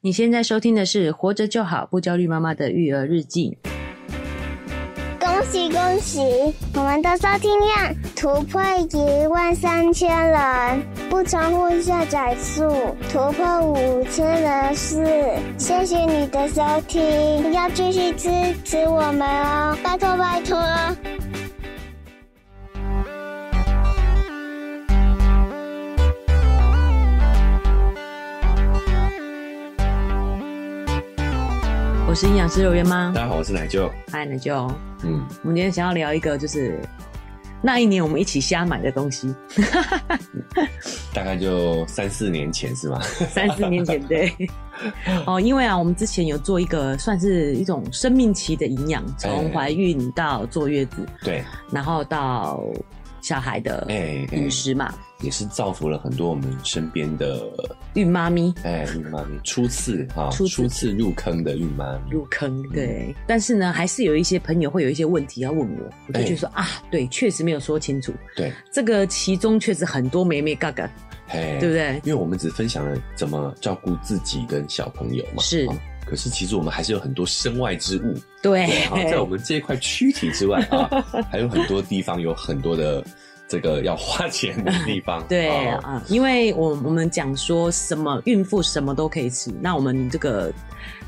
你现在收听的是《活着就好，不焦虑妈妈的育儿日记》。恭喜恭喜！我们的收听量突破一万三千人，不重复下载数突破五千人次。谢谢你的收听，要继续支持我们哦，拜托拜托！我是营养师柔圆妈，大家好，我是奶舅。嗨，奶舅，嗯，我们今天想要聊一个，就是那一年我们一起瞎买的东西，大概就三四年前是吗？三四年前 对。哦，因为啊，我们之前有做一个算是一种生命期的营养，从哎怀孕到坐月子， 对，然后到小孩的哎哎饮食嘛，也是造福了很多我们身边的孕妈咪哎孕妈咪，初次哈，初次次入坑的孕妈咪。入坑，嗯对。但是呢，还是有一些朋友会有一些问题要问我，我就哎觉得说、啊，对，确实没有说清楚，对，这个其中确实很多美美嘎嘎，哎，对不对？因为我们只分享了怎么照顾自己跟小朋友嘛，是啊可是其实我们还是有很多身外之 物，对对，啊，在我们这一块躯体之外啊，还有很多地方有很多的这个要花钱的地方。 对啊啊，因为我我们讲说什么孕妇什么都可以吃，那我们这个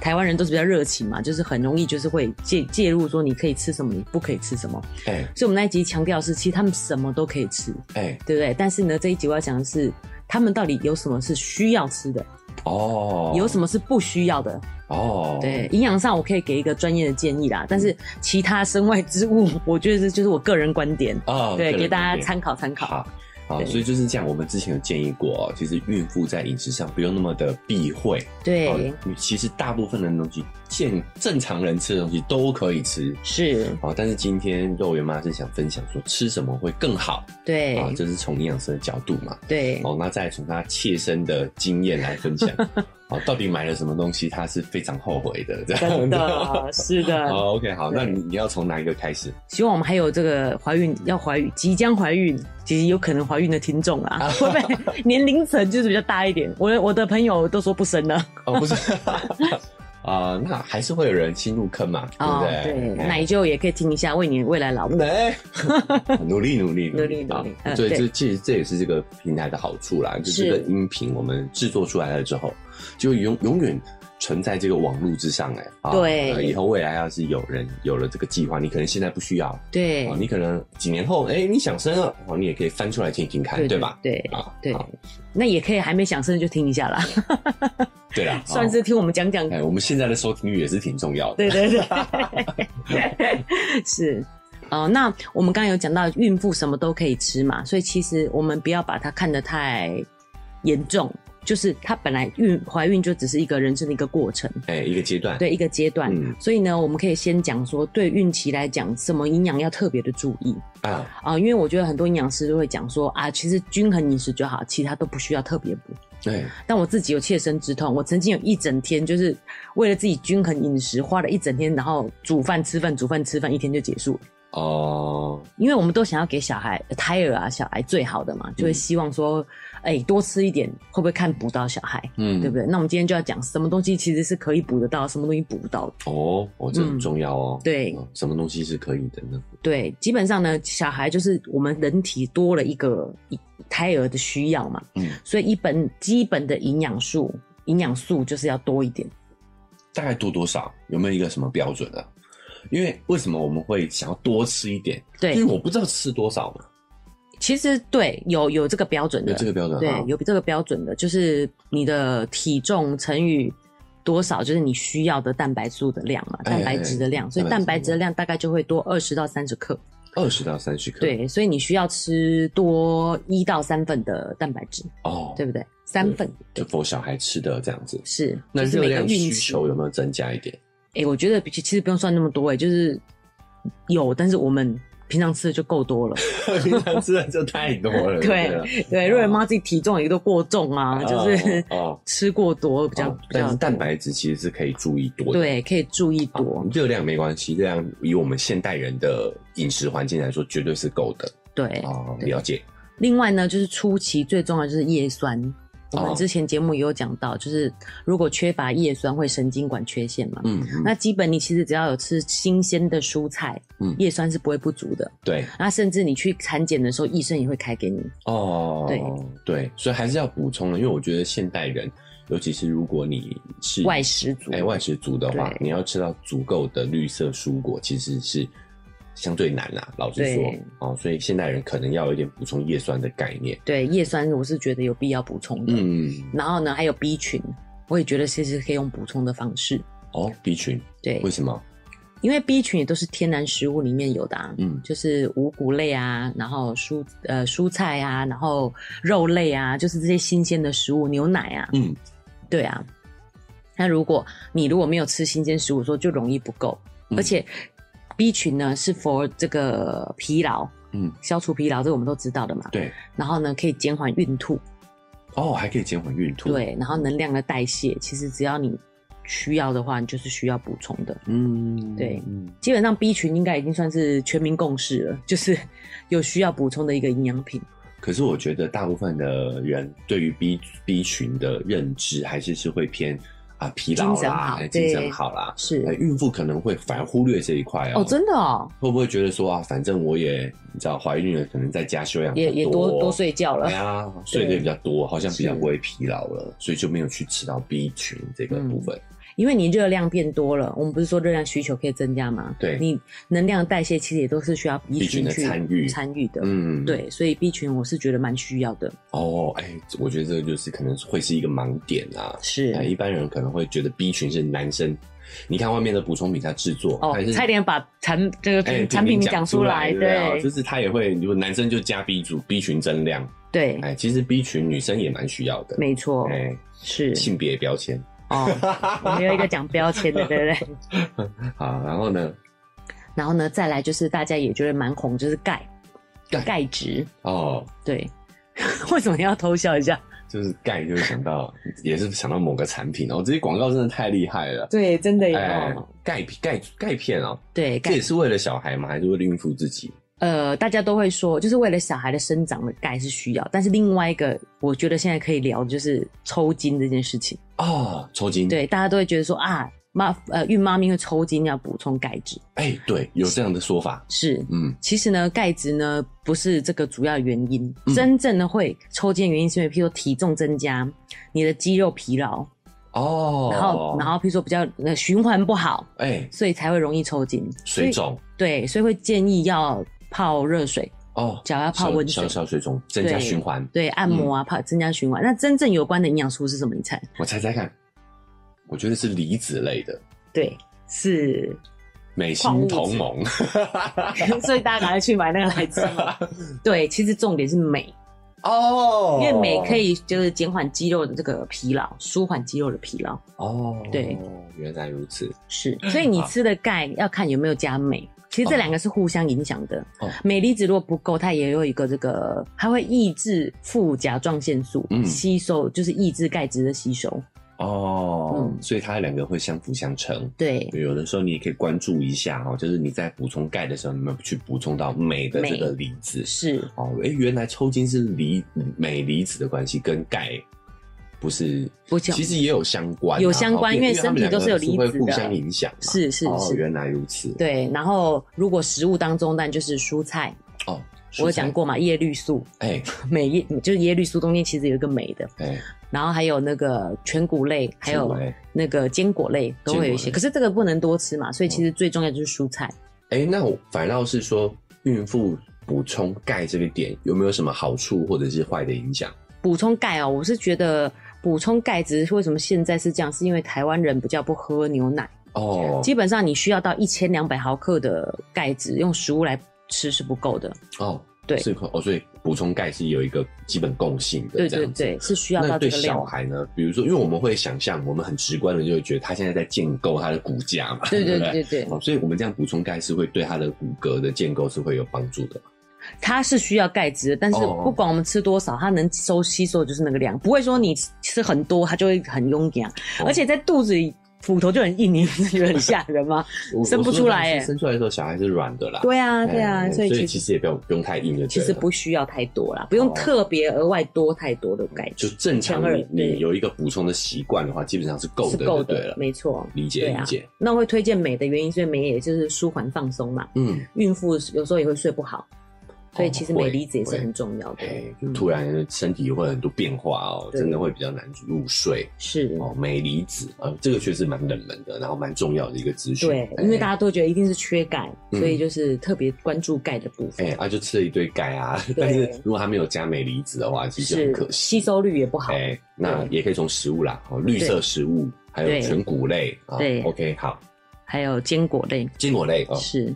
台湾人都是比较热情嘛，就是很容易就是会介介入说你可以吃什么，你不可以吃什么。哎所以我们那一集强调的是，其实他们什么都可以吃，哎对不对？但是呢，这一集我要讲的是，他们到底有什么是需要吃的，哦，有什么是不需要的。哦，对，营养上我可以给一个专业的建议啦，但是其他身外之物，我觉得这就是我个人观点，啊，对，个给人大观家点参考参考好。好，对所以就是这样。我们之前有建议过哦，其实孕妇在饮食上不用那么的避讳。哦对，其实大部分的东西，健正常人吃的东西都可以吃。是，好，但是今天肉圆妈是想分享说吃什么会更好对，啊，这是从营养师的角度嘛。对，哦，那再从她切身的经验来分享，哦，到底买了什么东西，她是非常后悔的。这样 真子。的是的。 好，OK，好，对那你你要从哪一个开始？希望我们还有这个怀孕要怀孕，即将怀孕，其实有可能怀孕的听众 啊，会不会年龄层就是比较大一点？我的我的朋友都说不生了，哦，不是。啊、那还是会有人新入坑嘛， 对不对？哦对，哎奶舅也可以听一下，为你未来老婆。哎， 努力努力努力努力啊嗯所以对这其实这也是这个平台的好处啦，就是这个音频我们制作出来了之后，就永永远。存在这个网络之上、哎，啊对呃以后未来要是有人有了这个计划，你可能现在不需要，对啊，，你可能几年后，哎、你想生了，哦，你也可以翻出来听一听看，对吧？？对啊，对好，那也可以还没想生就听一下啦，对啦， 算哦是听我们讲讲。哎、我们现在的收听率也是挺重要的，对对对， 是。哦，那我们刚刚有讲到孕妇什么都可以吃嘛，所以其实我们不要把它看得太严重，就是她本来孕怀孕就只是一个人生的一个过程，哎、一个阶段，对一个阶段。嗯所以呢，我们可以先讲说，对孕期来讲，什么营养要特别的注意啊，啊、因为我觉得很多营养师都会讲说啊，其实均衡饮食就好，其他都不需要特别补。对，但我自己有切身之痛，我曾经有一整天就是为了自己均衡饮食，花了一整天，然后煮饭吃饭煮饭吃饭，一天就结束了。哦、因为我们都想要给小孩、呃胎儿啊、小孩最好的嘛，就会希望说，哎、多吃一点会不会看补到小孩，嗯，对不对？那我们今天就要讲什么东西其实是可以补得到，什么东西补不到的。哦，哦，这很重要哦。嗯对哦，什么东西是可以的呢？对，基本上呢，小孩就是我们人体多了一个一胎儿的需要嘛，嗯，所以一本基本的营养素，营养素就是要多一点。大概多多少？有没有一个什么标准啊？因为为什么我们会想要多吃一点？对因为我不知道吃多少嘛，其实对，有有这个标准的，有这个标准对啊，。有这个标准的，就是你的体重乘以多少，就是你需要的蛋白素的量嘛，哎蛋白质的量，所以蛋白质的量大概就会多二十到三十克，二十到三十克。，对，所以你需要吃多一到三份的蛋白质，哦，对，不对？三份就否小孩吃的这样子。是，那就是热每个量孕需期。求有没有增加一点？ 哎、我觉得其其实不用算那么多、哎，就是有，但是我们平常吃的就够多了。平常吃的就太多了。啊对对，瑞文妈自己体重也都过重啊，就是哦哦吃过多比较哦比但较是蛋白质其实是可以注意多的。对，可以注意啊。多热量没关系，热量以我们现代人的饮食环境来说，绝对是够的。对。哦，了解。另外呢，就是初期最重要的就是叶酸，我啊们之前节目也有讲到，就是如果缺乏叶酸会神经管缺陷嘛，嗯，嗯那基本你其实只要有吃新鲜的蔬菜，嗯叶酸是不会不足的。对那甚至你去产检的时候，医生也会开给你。哦，对对，所以还是要补充的，因为我觉得现代人，尤其是如果你是外食族哎、外食族的话对，你要吃到足够的绿色蔬果，其实是相对难啦、老实说对哦，所以现代人可能要有点补充叶酸的概念。对叶酸，我是觉得有必要补充的。嗯，然后呢，还有 B 群，我也觉得其实可以用补充的方式。哦，B 群对为，什么？因为 B 群也都是天然食物里面有的啊，嗯就是五谷类啊，然后蔬呃蔬菜啊，然后肉类啊，就是这些新鲜的食物，牛奶啊，嗯，对啊。那如果你如果没有吃新鲜食物的时候，就容易不够，嗯而且 B 群呢是 for 这个疲劳，嗯，消除疲劳，这个我们都知道的嘛。对，然后呢，可以减缓孕吐，哦，还可以减缓孕吐。，对，然后能量的代谢，其实只要你需要的话，你就是需要补充的。嗯，对嗯基本上 B 群应该已经算是全民共识了，就是有需要补充的一个营养品。可是我觉得大部分的人对于 B B 群的认知还是是会偏啊疲劳精神啦好，哎对精神好啦，是哎孕妇可能会反而忽略这一块哦。哦，真的哦，会不会觉得说啊，反正我也你知道怀孕了，可能在家休养也得也多多睡觉了哎。呀，睡得也比较多，好像比较不会疲劳了，所以就没有去吃到 B 群这个部分。因为你热量变多了，我们不是说热量需求可以增加吗？对你能量代谢其实也都是需要 B B 群的去参与参与的。嗯，，对，所以 B 群我是觉得蛮需要的。哦，哎，我觉得这个就是可能会是一个盲点啊。是哎，一般人可能会觉得 B 群是男生，你看外面的补充品它制作，哦还，是差点把产这 个哎品产品名讲讲出来，来，不对就是它也会，如果男生就加 B 组 B 群增量，对，哎，其实 B 群女生也蛮需要的，没错，哎，是性别标签。哦，我们有一个讲标签 的，对不对？好，然后呢？然后呢，再来就是大家也觉得蛮红，就是钙，钙钙质，哦，对， 为什么要偷笑一下？就是钙，就是想到也是想到某个产品哦，这些广告真的太厉害了。对，真的哎，钙钙钙片啊，对这钙也，是为了小孩吗？还是为了孕妇自己？呃，大家都会说，就是为了小孩的生长的钙是需要，但是另外一个，我觉得现在可以聊的就是抽筋这件事情。哦，抽筋。，对，大家都会觉得说啊，妈，呃，孕妈咪会抽筋，要补充钙质，哎，对，有这样的说法。是。嗯，其实呢，钙质呢不是这个主要原因，嗯真正的会抽筋的原因是因为，譬如说体重增加，你的肌肉疲劳，哦，然后然后譬如说比较呃循环不好，哎，所以才会容易抽筋。所水以肿对，所以会建议要泡热水，哦，脚要泡小温小水小嗯水肿，增加对循环。对，按摩啊，泡增加循环。那真正有关的营养素是什么？你猜？我猜猜看，我觉得是离子类的，对，是， 美心同盟。 所以大家赶快去买那个来吃嘛。对，其实重点是镁，哦，因为镁可以就是减缓肌肉的这个疲劳，舒缓肌肉的疲劳。哦，对，原来如此。是，嗯所以你吃的钙要看有没有加镁。其实这两个是互相影响的哦，镁离子如果不够，它也有一个这个，它会抑制副甲状腺素嗯吸收，就是抑制钙质的吸收。哦，嗯所以它两个会相辅相成。对，有的时候你也可以关注一下哦，就是你在补充钙的时候，你有没有去补充到镁的这个离子？是哦，哎、原来抽筋是离镁离子的关系，跟钙不是不讲其实也有相关啊、有相关哦因为身体它们两个都是有离子的会互相影响嘛。是是哦，是原来如此。对，然后如果食物当中，但就是蔬菜，哦，我有蔬菜讲，过嘛，叶绿素、 哎镁叶就是叶绿素中间其实有一个镁的，哎，然后还有那个全谷类，还全有谷类那个坚果类都会有一坚果些，类哦可是这个不能多吃嘛，所以其实最重要就是蔬菜。哎，那我反倒是说，孕妇补充钙这个点有没有什么好处或者是坏的影响？补充钙哦，我是觉得补充钙质为什么现在是这样，是因为台湾人比较不喝牛奶，哦基本上你需要到一千两百毫克的钙质，用食物来吃是不够的。哦，对是哦，所以补充钙是有一个基本共性的，对这对样子。对，是需要那到对这个小量。孩呢？比如说，因为我们会想象，我们很直观的就会觉得他现在在建构他的骨架嘛，对对对不对对，哦，所以我们这样补充钙是会对他的骨骼的建构是会有帮助的。它是需要钙质的，但是哦不管我们吃多少，它能收吸收的就是那个量，不会说你吃很多它就会很拥挤啊。哦而且在肚子里骨头就很硬，你不觉得很吓人 吗？我生不出来我说哎生出来的时候小孩是软的啦。对啊，对哎啊，所所以其其实实也不用不用太硬的，其实不需要太多啦，不用哦特别额外多太多的感觉，就正常强你二对你有一个补充的习惯的话，基本上是够是的，够就对的了，，没错。理解对理啊解，，那会推荐美的原因，所以美也就是舒缓放松嘛。嗯，孕妇有时候也会睡不好，所以其实镁离子也是哦会很重要的哎。，就嗯突然身体会有很多变化哦，对真的会比较难入睡是哦。镁离子，呃，这个确实蛮冷门的，然后蛮重要的一个资讯，对，因为大家。家都觉得一定是缺钙，哎嗯所以就是特别关注钙的部分哎、。啊，就吃了一堆钙啊，但是如果它没有加镁离子的话，其实很是可惜。吸收率也不好。哎、那对也可以从食物啦，哦，绿色食物，还有对全谷类啊。对，OK，好，还有坚果类坚果类 哦，是，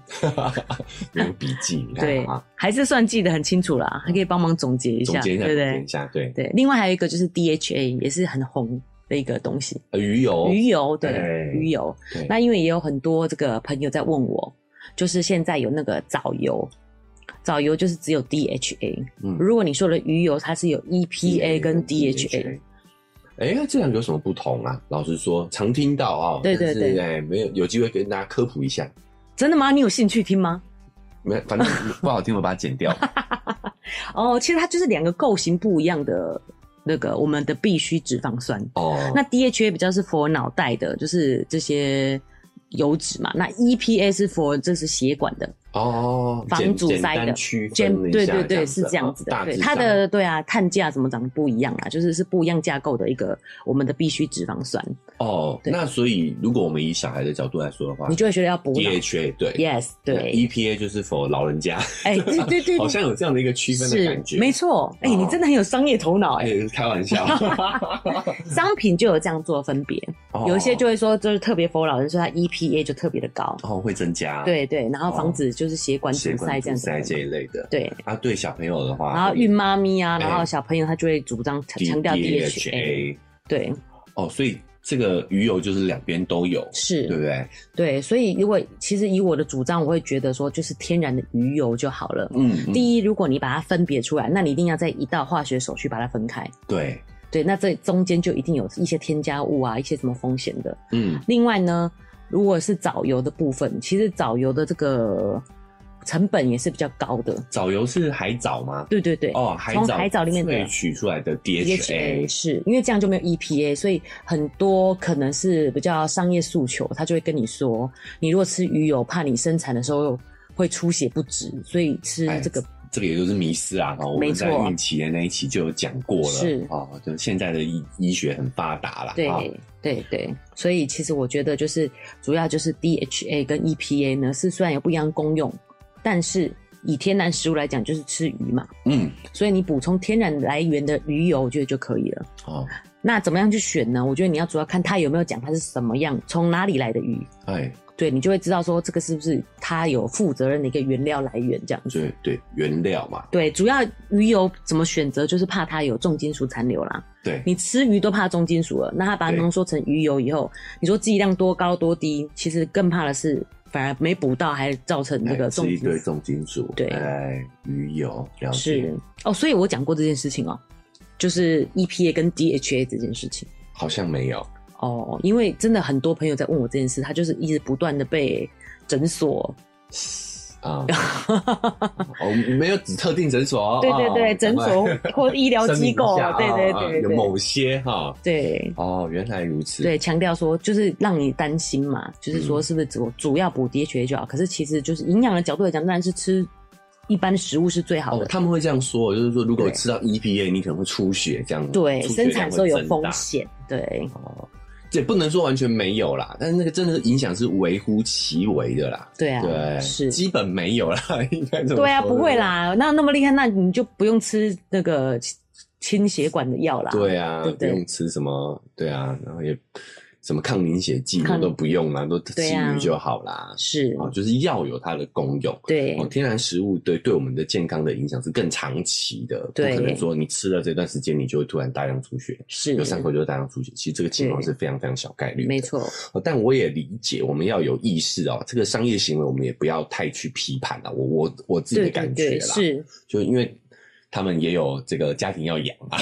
没有笔记，你看对啊，，嗯还是算记得很清楚啦，还可以帮忙总结一总下，结一对下，不总结对一？下，对，对，另外还有一个就是 DHA，也是很红的一个东西，呃鱼油，鱼油，对哎，鱼油对。那因为也有很多这个朋友在问我，就是现在有那个藻油，藻油就是只有 DHA。嗯如果你说的鱼油，它是有 E EPA 跟 DHA，。哎，那这两个有什么不同啊？老实说，常听到啊、对但对是对哎，没有有机会跟大家科普一下。真的吗？你有兴趣听吗？ 没，反正不好听，我把它剪掉。哦，其实它就是两个构型不一样的那个我们的必需脂肪酸。哦，那 DHA 比较是 for 脑袋的，就是这些油脂嘛。那 EPA 是 for 这是血管的，哦，防简阻简塞单的区兼分了一对下对对，子啊哦是这样子大的。对，致它上的对啊，碳价怎么长得不一样啊？就是是不一样架构的一个我们的必需脂肪酸，哦，对那所以如果我们以小孩的角度来说的话，你就会觉得要补脑。 DHA 对 Yes，那对， EPA 就是否老人家，哎，对 对对，好像有这样的一个区分的是感觉，没。错。哎，你真的很有商业头脑哎哎。，开玩笑，商品就有这样做分别，哦 有一些就会说就是特别 for 老人，说它 EPA 就特别的高。哦会增加对对，然后防止就是血管血阻管塞这样阻子塞的。这一类的对，啊，对小朋友的话，然后孕妈咪啊，哎然后小朋友他就会主张，D- 强调 DHA， DHA 对，哦，所以这个鱼油就是两边都有，是，对不对？对，所以如果其实以我的主张，我会觉得说，就是天然的鱼油就好了。嗯，嗯第一，如果你把它分别出来，那你一定要在一道化学手续把它分开。对，对，那这中间就一定有一些添加物啊，一些什么风险的。嗯，另外呢，如果是藻油的部分，其实藻油的这个成本也是比较高的。藻油是海藻吗？对对对，哦，海从藻海藻里面的啊萃取出来的 DHA DHA，是因为这样就没有 EPA，所以很多可能是比较商业诉求，他就会跟你说，你如果吃鱼油，怕你生产的时候会出血不止，所以吃哎这个。这个也就是迷思啊，哦我没们错在孕期的那一期就有讲过了，是哦，就现在的医医学很发达啦，对、啊对对，所以其实我觉得就是主要就是 DHA 跟 EPA 呢是虽然有不一样的功用，但是以天然食物来讲就是吃鱼嘛，嗯，所以你补充天然来源的鱼油，我觉得就可以了。哦，那怎么样去选呢？我觉得你要主要看它有没有讲它是什么样，从哪里来的鱼。哎，对你就会知道说这个是不是它有负责任的一个原料来源这样子。对对，原料嘛，对，主要鱼油怎么选择，就是怕它有重金属残留啦。对，你吃鱼都怕重金属了，那它把它对浓缩成鱼油以后，你说剂量多高多低，其实更怕的是反而没补到，还造成这哎个是重一金堆属。重金属，对哎，鱼油了解是，哦，所以我讲过这件事情哦，就是 EPA 跟 DHA 这件事情。好像没有，哦，因为真的很多朋友在问我这件事，他就是一直不断的被诊所 啊，哦，没有指特定诊所哦，对对对，哦诊所赶快 或医疗声明机一 构下，啊对对啊对有对某些哈，对哦，原来如此，对，强调说就是让你担心嘛，就是说嗯是不是主主要补 DHA 就好？可是其实就是营养的角度来讲，当然是吃一般食物是最好哦，的，他们会这样说，就是说如果对吃到 EPA，你可 E 能会出血，这样对，出血生产量时候会有增风大险，对，哦，这也不能说完全没有啦，但是那个真的影响是微乎其微的啦。对啊，对，是。基本没有啦， 应该这么说对啊，不会。啦，那那么厉害，那你就不用吃那个清清血管的药啦。对不对对啊，对不对不用吃什么，对啊，然后也什么抗凝血剂抗都不用啦，都吃对啊鱼就好啦。是，哦，就是药有它的功用。对哦，天然食物对对我们的健康的影响是更长期的，不对可能说你吃了这段时间你就会突然大量出血，是有，伤口就会大量出血，其实这个情况对是非常非常小概率的。没错，哦，但我也理解，我们要有意识哦，这个商啊业行为我们也不要太去批判了。我我我自己的对感对觉对，啦，是，就因为他们也有这个家庭要养啊。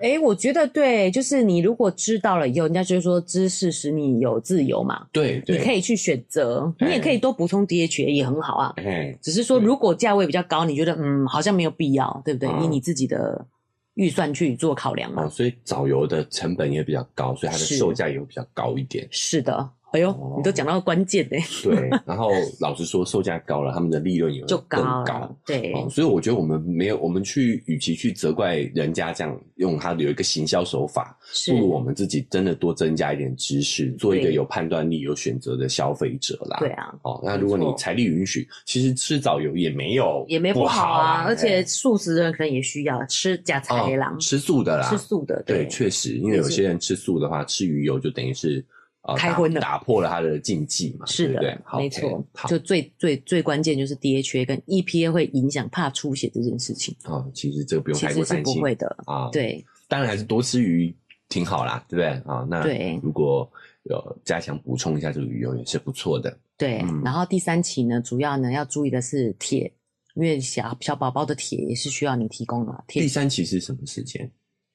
哎、我觉得对，就是你如果知道了以后，人家就说知识使你有自由嘛，对你对，可以去选择，你也可以多补充 DHA 也很好啊。哎，只是说，对如果价位比较高，你觉得嗯，好像没有必要，对不对？嗯以你自己的预算去做考量哦，嘛。所以藻油的成本也比较高，所以它的是售价也会比较高一点。是的，哎呦，哦你都讲到关键嘞、 对，然后老实说，售价高了，他们的利润也会就更高高了。，对，哦，所以我觉得我们没有，我们去与其去责怪人家这样用他的有一个行销手法，是不如我们自己真的多增加一点知识，做一个对有判断力、有选择的消费者啦。对，啊，哦，那如果没你错财力允许，其实吃藻油也没有也没不好啊，啊，而且哎素食的人可能也需要吃假哦豺狼、吃素的啦，吃素的，对，确实，因为有些人吃素的话，吃鱼油就等于是呃开打荤了打破了他的禁忌嘛，是对的，不对好没 OK，错。好，就最最最关键就是 DHA 跟 EPA 会影响怕出血这件事情，哦，其实这个不用其太实过是担不心会的。啊，，对，当然还是多吃鱼挺好啦，对不对啊？那对如果有加强补充一下这个鱼油也是不错的，对，嗯然后第三期呢，主要呢要注意的是铁，因为小小宝宝的铁也是需要你提供的铁第，三期是什么时间？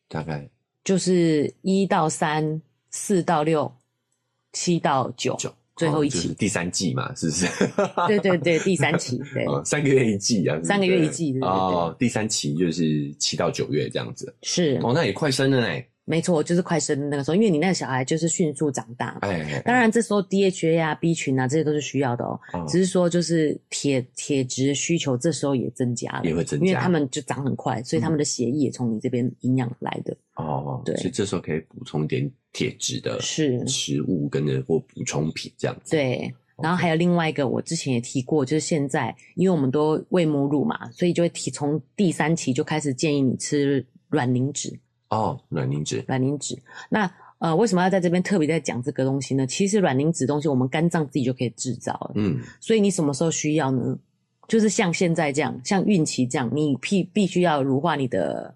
大概就是一到三、四到六、七到九，九，最后一哦就期是第三季嘛，是不 是？对对对，第三期，对，嗯，三个月一季啊，是不是三个月一季对对对哦。第三期就是七到九月这样子，是哦，那也快生了嘞，没错，就是快生的那个时候，因为你那个小孩就是迅速长大，哎哎，哎当然这时候 DHA 啊、B 群啊这些都是需要的哦，哦只是说就是铁铁质需求这时候也增加了，也会增加，嗯因为他们就长很快，所以他们的血液也从你这边营养来的，哦，对所以这时候可以补充一点铁质的是食物跟着或补充品这样子。，对。然后还有另外一个，我之前也提过，就是现在因为我们都喂母乳嘛，所以就会提从第三期就开始建议你吃卵磷脂，哦，软磷脂卵磷脂。那呃，为什么要在这边特别在讲这个东西呢？其实卵磷脂东西，我们肝脏自己就可以制造了，嗯，所以你什么时候需要呢？就是像现在这样，像孕期这样，你必必须要乳化你的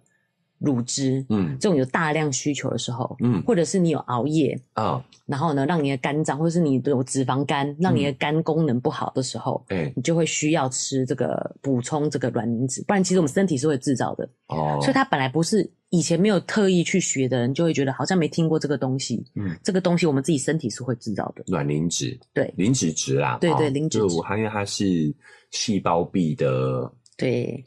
乳汁，嗯这种有大量需求的时候，嗯或者是你有熬夜，啊、然后呢，让你的肝脏或者是你有脂肪肝，让你的嗯肝功能不好的时候，哎、你就会需要吃这个补充这个卵磷脂，不然其实我们身体是会制造的。哦，所以它本来不是以前没有特意去学的人，就会觉得好像没听过这个东西。嗯，这个东西我们自己身体是会制造的。软磷脂对磷脂质啦，对对哦磷脂就质我还以为它是细胞壁的对，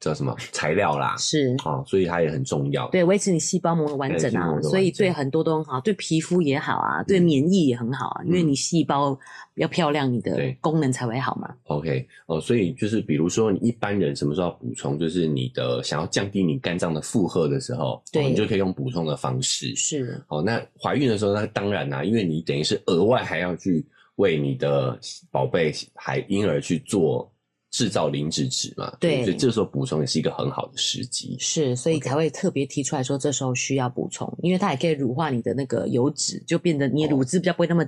叫什么材料啦，是，哦，所以它也很重要。，对，维持你细胞膜的完整对细胞膜啊，的所以完整嗯对很多都很好，对皮肤也好啊，对免疫也很好啊，因为你细胞要漂亮，你对的功能才会好嘛。 OK，哦，所以就是比如说你一般人什么时候要补充，就是你的想要降低你肝脏的负荷的时候，对哦你就可以用补充的方式。是，哦，那怀孕的时候，那当然啦、因为你等于是额外还要去为你的宝贝还婴儿去做制造磷脂质嘛，对所以这时候补充也是一个很好的时机。是，所以才会特别提出来说，这时候需要补充，因为它也可以乳化你的那个油脂，就变得你的哦乳汁比较不会那么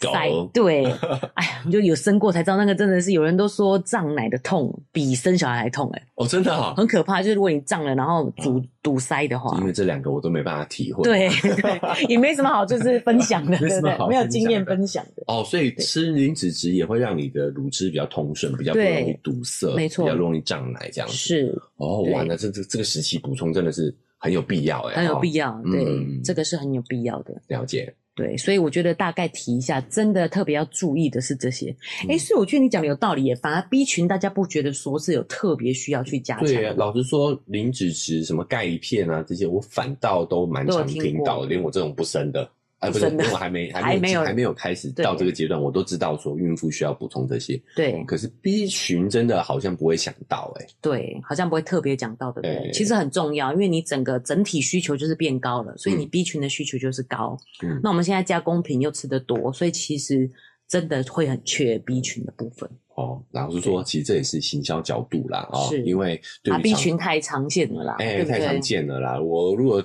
狗塞。 对，哎呀，你就有生过才知道，那个真的是有人都说胀奶的痛比生小孩还痛、哎，哦，真的、哦，很可怕。就是如果你胀了，然后嗯阻堵塞的话因，为这两个我都没办法体会。对对，也没什么好，就是分享的，啊 对没什不么对好？没有分经享验的分享的。 哦，所以吃磷脂质也会让你的乳汁比较通顺，比较不容易对堵塞，没错比较容易胀奶这样子。是哦，对哇，那这这这个时期补充真的是很有必要哎、很有必要、要，对，嗯这个是很有必要的，了解。对，所以我觉得大概提一下，真的特别要注意的是这些。嗯哎、所以我觉得你讲的有道理耶，反而 B 群大家不觉得说是有特别需要去加强对，的，老实说，磷脂质什么钙片啊这些，我反倒都蛮都有常听听到过的，连我这种不生的，啊，不是，不生因的为我 还没还没没有还没有开始对到这个阶段，我都知道说孕妇需要补充这些，对可是 B 群真的好像不会想到哎、对，好像不会特别讲到，对不对？对其实很重要，因为你整个整体需求就是变高了，所以你嗯 B 群的需求就是高。嗯那我们现在加工品又吃得多，所以其实真的会很缺 B 群的部分。哦，老实说，其实这也是行销角度啦哦，是因为对啊于，B 厂群太常见了啦，哎、对不太对常？见了啦！我如果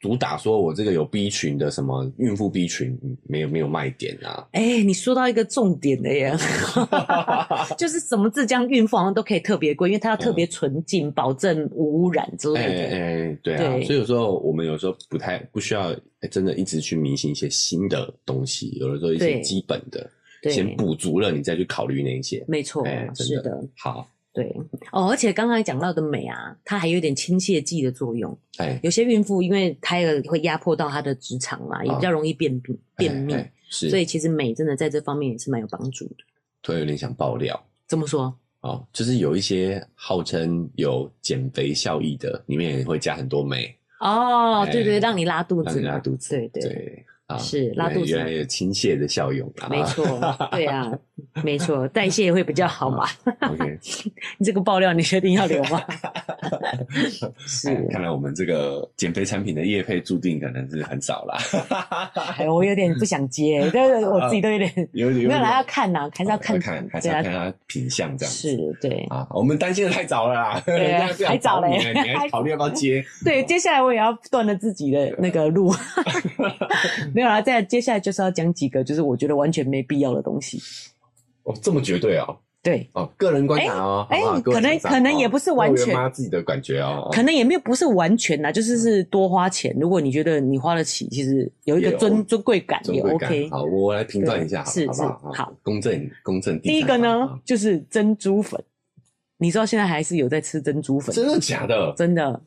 主打说我这个有 B 群的什么孕妇 B 群，嗯没有没有卖点啊。哎、你说到一个重点的 耶，就是什么浙江孕妇好像都可以特别贵，因为它要特别纯净，保证无污染之嗯哎类的。哎，对啊，对所以有时候我们有时候不太不需要、哎真的一直去迷信一些新的东西，有的时候一些对基本的对先补足了，你再去考虑那一些。没错，哎真的是的，好，对哦，而且刚才讲到的美啊，它还有点倾泻剂的作用。哎，有些孕妇因为胎儿会压迫到她的直肠嘛，也比较容易便秘、便秘，哦哎哎是，所以其实美真的在这方面也是蛮有帮助的。突然有点想爆料怎么说？哦，就是有一些号称有减肥效益的，里面也会加很多美，哦，哎对对，让你拉肚让子你嘛，拉肚子，对对，对啊，是拉原来肚子原来有倾泻的效用啊，没错，对啊，没错，代谢会比较好啊嘛。 ，OK， 你这个爆料，你确定要留 吗？是，哎看来我们这个减肥产品的业配注定可能是很 少啦，哎，我有点不想接，但是我自己都有点有点没有啦，要看呐，还是要看，看，还是对啊哦要啊看，它品相这样子。是，对啊，我们担心的太早了啦，对啊 人家这样还早找你嘞你还考虑要不 要接？对。接下来我也要断了自己的那个 路，没有啦，再接下来就是要讲几个，就是我觉得完全没必要的东西。哦，这么绝对哦，对，哦，个人观察哦，哎好不好哎各位可能观察可能哦也不是完全各位妈自己的感觉哦，嗯可能也没有不是完全啦，就是是多花钱。如果你觉得你花得起，其实有一个也尊 OK 尊贵感尊也贵感哦 OK。好，我来评断一下好对了，好不好？是是好，公正公正。啊第一个第三呢方，就是珍珠粉，你知道现在还是有在吃珍珠啊粉，真的假的？真的。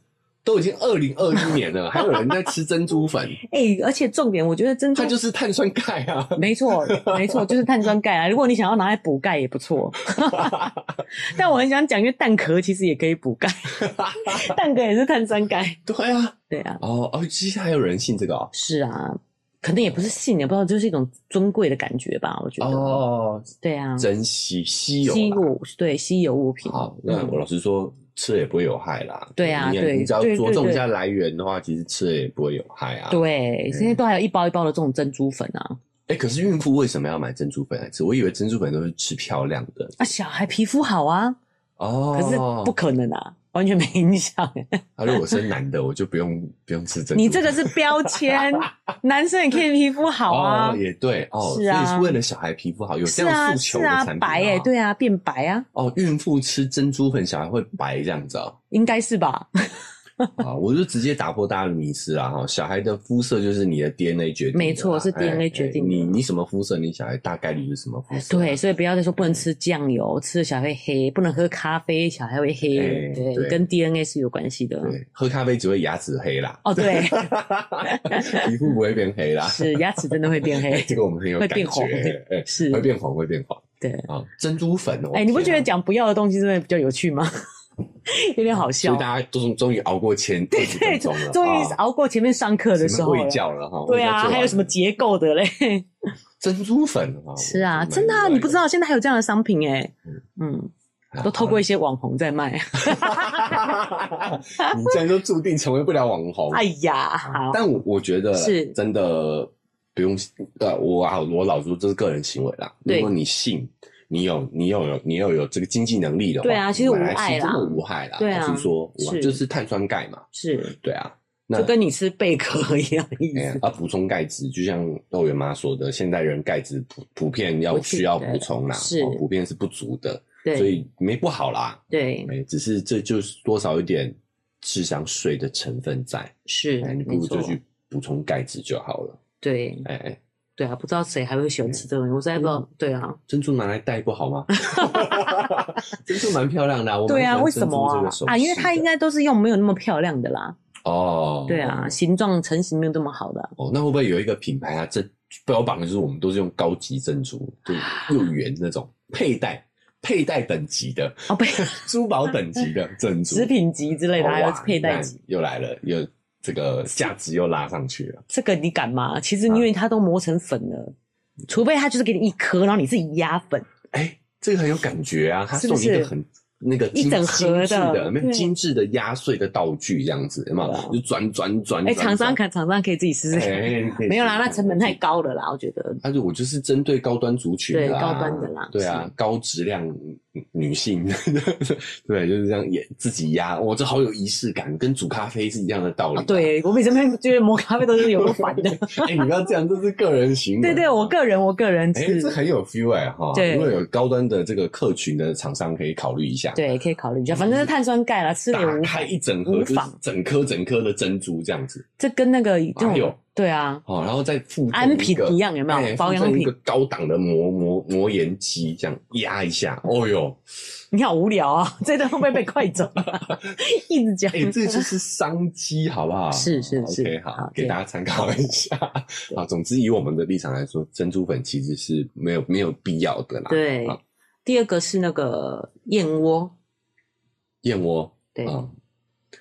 都已经二零二一年了，还有人在吃珍 珠粉，哎、而且重点，我觉得珍珠它就是碳酸钙啊。没 错，没错，就是碳酸钙啊。如果你想要拿来补钙也不 错，但我很想讲，因为蛋壳其实也可以 补钙，蛋壳也是碳酸钙。对啊，对啊，哦哦，其实还有人信这个哦。是啊，可能也不是信，也不知道，就是一种尊贵的感觉吧。我觉得，哦，对啊，珍惜稀有啦啊哦稀有对稀有物品。好，那我老实说，吃了也不会有害啦。嗯对啊你也对你只要对对着重一对下来源的话，其实吃了也不会有害啊。，对，现在都还有一包一包的这种珍珠粉啊，哎，可是孕妇为什么要买珍珠粉来吃？我以为珍珠粉都是吃漂亮的啊，小孩皮肤好啊，哦。可是不可能啊，完全没影响。啊，如果我生男的，我就不用不用吃珍珠粉。你这个是标签，男生也可以皮肤好啊哦，，也对哦，是啊所以是为了小孩皮肤好，有是这啊样诉求是的啊产，品白哎、哎，对啊，变白啊，哦，孕妇吃珍珠粉，小孩会白这样子哦。应该是吧？啊，我就直接打破大家的迷思啦哈！小孩的肤色就是你的 DNA 决定的啦，没错是哎 DNA 哎决定的你你什么肤色，你小孩大概率是什么肤色啊。对，所以不要再说不能吃酱油，吃了小孩会黑；不能喝咖啡，小孩会黑。哎对，对跟 DNA 是有关系的。对，喝咖啡只会牙齿黑啦，哦， 对，皮肤不会变黑啦。，是牙齿真的会变黑 这个我们很有会感变红觉，哎是会变红，会变红对。啊！珍珠粉哦，哎、你不觉得天啊？讲不要的东西真的比较有趣吗？ 有点好所笑以。啊大家终终于熬过前二十分钟了，终于啊熬过前面上课的时什么候了味。觉了哈。对味觉啊，做完还有什么了结构的 嘞？珍珠粉啊？是啊，我真的啊，蛮意外你不知道现在还有这样的商品哎、嗯，啊都透过一些网红在 卖。 你这样就注定成为不了网红。哎呀，好，但我我觉得是真的不用呃，我啊，我老实说这是个人行为啦。对如果你信，你有你有有你有有这个经济能力的话，对啊其实你买无害来吃啦真的无害啦。对啊老实说无害是就是碳酸钙嘛，是对啊。那就跟你吃贝壳一样的意哎呀思。啊，补充钙质，就像肉圆妈说的，现代人钙质普普遍要不是需要的补充啦，是哦普遍是不足的，所对以没不好啦。对，哎，只是这就是多少有点智商税的成分在，是哎，你不没如错就。去补充钙质就好了。对哎哎，对啊，不知道谁还会喜欢吃这个东西，我实在不知道。对啊，珍珠拿来戴不好 吗？珍珠蛮漂亮的、啊，我蛮对喜啊，欢为什么珍珠这啊个首饰？的啊，因为它应该都是用没有那么漂亮的啦。哦，对啊，形状成型没有这么好的啊。哦，那会不会有一个品牌啊？这标榜的就是我们都是用高级珍珠，就又圆那种佩戴佩戴等级 的哦， 不，珠宝等级的珍珠，食品级之类的，哦还有哇佩戴那级，又来了，又这个价值又拉上去了。这个你敢吗？其啊实因为它都磨成粉了，除非它就是给你一颗，然后你自己压粉。哎，这个很有感觉啊！他是不送你一是个很那个一精整盒的精致的，没有对精致的压碎的道具，这样子，有没对啊有？就转转转。哎，转厂商转看厂商可以自己试试看。嗯哎嗯可以 没有啦，试那试成本太高了啦，我觉得。但是我就是针对高端族群、啊，对高端的啦对啊，高质量女女性， 对，就是这样也自己压，我这好有仪式感，跟煮咖啡是一样的道理、啊，，对我每次觉得磨咖啡都是有够烦 的。哎、你不要这样，这是个人行为。对对，我个人我个人哎、是这很有 feel 哎、哈，对如果有高端的这个客群的厂商可以考虑一下下。对，可以考虑一下，反正是碳酸钙啦，吃了也嗯打无开妨。一整无盒，就是妨整颗整颗的珍珠这样子，这跟那个这哪有种对啊，哦，然后再附赠安瓶个一样有没有哎保养附赠一品个高档的磨磨磨岩机，这样压一下，哦哟，你好无聊啊， 这段会不会被快 走啊？一直讲哎、，这就是商机，好不好？是是是 OK，好好，给对大家参考一下。 好，总之以我们的立场来说，珍珠粉其实是没有没有必要的啦。对好。第二个是那个燕窝，燕窝，对，啊，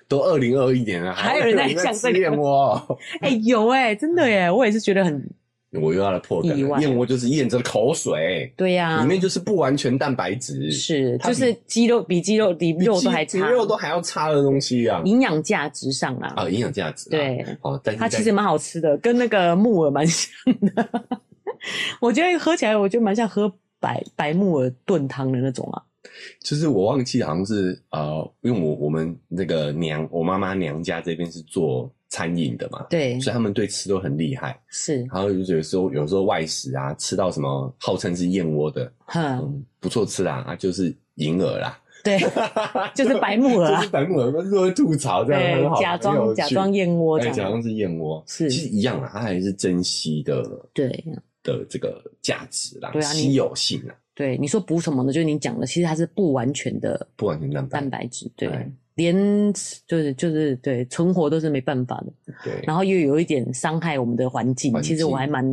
都二零二一年了，还有人在讲这还有人在吃个 燕窝，哎、有哎、真的耶，我也是觉得很我又要来破梗意了。外燕窝就是咽着口水，对呀、里面就是不完全蛋白质，是就它比是鸡肉比鸡肉比比肉鸡都还差比，肉都还要差的东西啊。营养价值上啦，啊，营养价值啊对，哦，但是它其在实蛮好吃的，跟那个木耳蛮像的。 我觉得喝起来，我觉得蛮像喝白白木耳炖汤的那种啊。就是我忘记好像是呃，因为我我们那个娘，我妈妈娘家这边是做餐饮的嘛，对，所以他们对啊吃都很厉害。是，然后有有时候有时候外食啊，吃到什么号称是燕窝的，哼，嗯，不错吃啦，啊，就是银耳啦， 对， 就是白木耳就啊是白木耳，但是会吐槽这样，对很，好假很有装趣假装燕窝这哎，假样，装是燕窝，是其实一样啊，它还是珍惜的对的这个价值啦，对啊你稀有性啦，对。你说补什么呢？就是你讲的，其实它是不完全的不完全蛋白蛋白质，对哎，连就是就是对存活都是没办法的，对，然后又有一点伤害我们的环境环。其实我境还蛮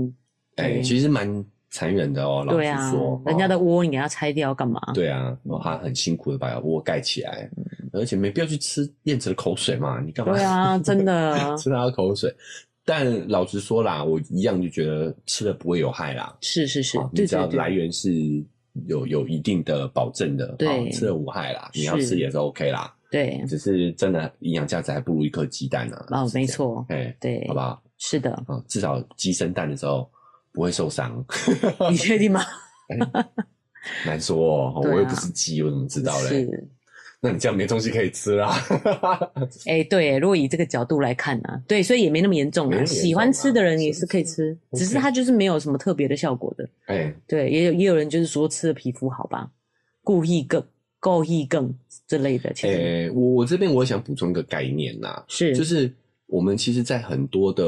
哎，对其实蛮残忍的哦，老对实啊说，，人家哦的窝你给它拆掉干嘛？对啊，哦他很辛苦的把窝盖起来，而且没必要去吃燕子的口水嘛，你干嘛？对啊，真的 吃它的口水。但老实说啦，我一样就觉得吃了不会有害啦，是是是哦，你对只对要对，来源是有有一定的保证的，对哦吃了无害啦，是你要吃也是 OK 啦，对，只是真的营养价值还不如一颗鸡蛋呢、啊。哦，是这没样，错，哎，对，好不，好？是 的，啊、至少鸡生蛋的时候不会受伤，你确定吗？难说哦，对啊我又不是鸡，我怎么知道嘞？是，那你这样没东西可以吃啦。 哎，对，如果以这个角度来看呢，对，所以也没那么严重没啊。那么严重啊喜欢吃的人也是是可以吃，是只是它就是没有什么特别的效果的。哎、对，也有也有人就是说吃了皮肤好吧，故意更故意更之类的，其 哎、实我我这边我想补充一个概念啦，是就是我们其实，在很多的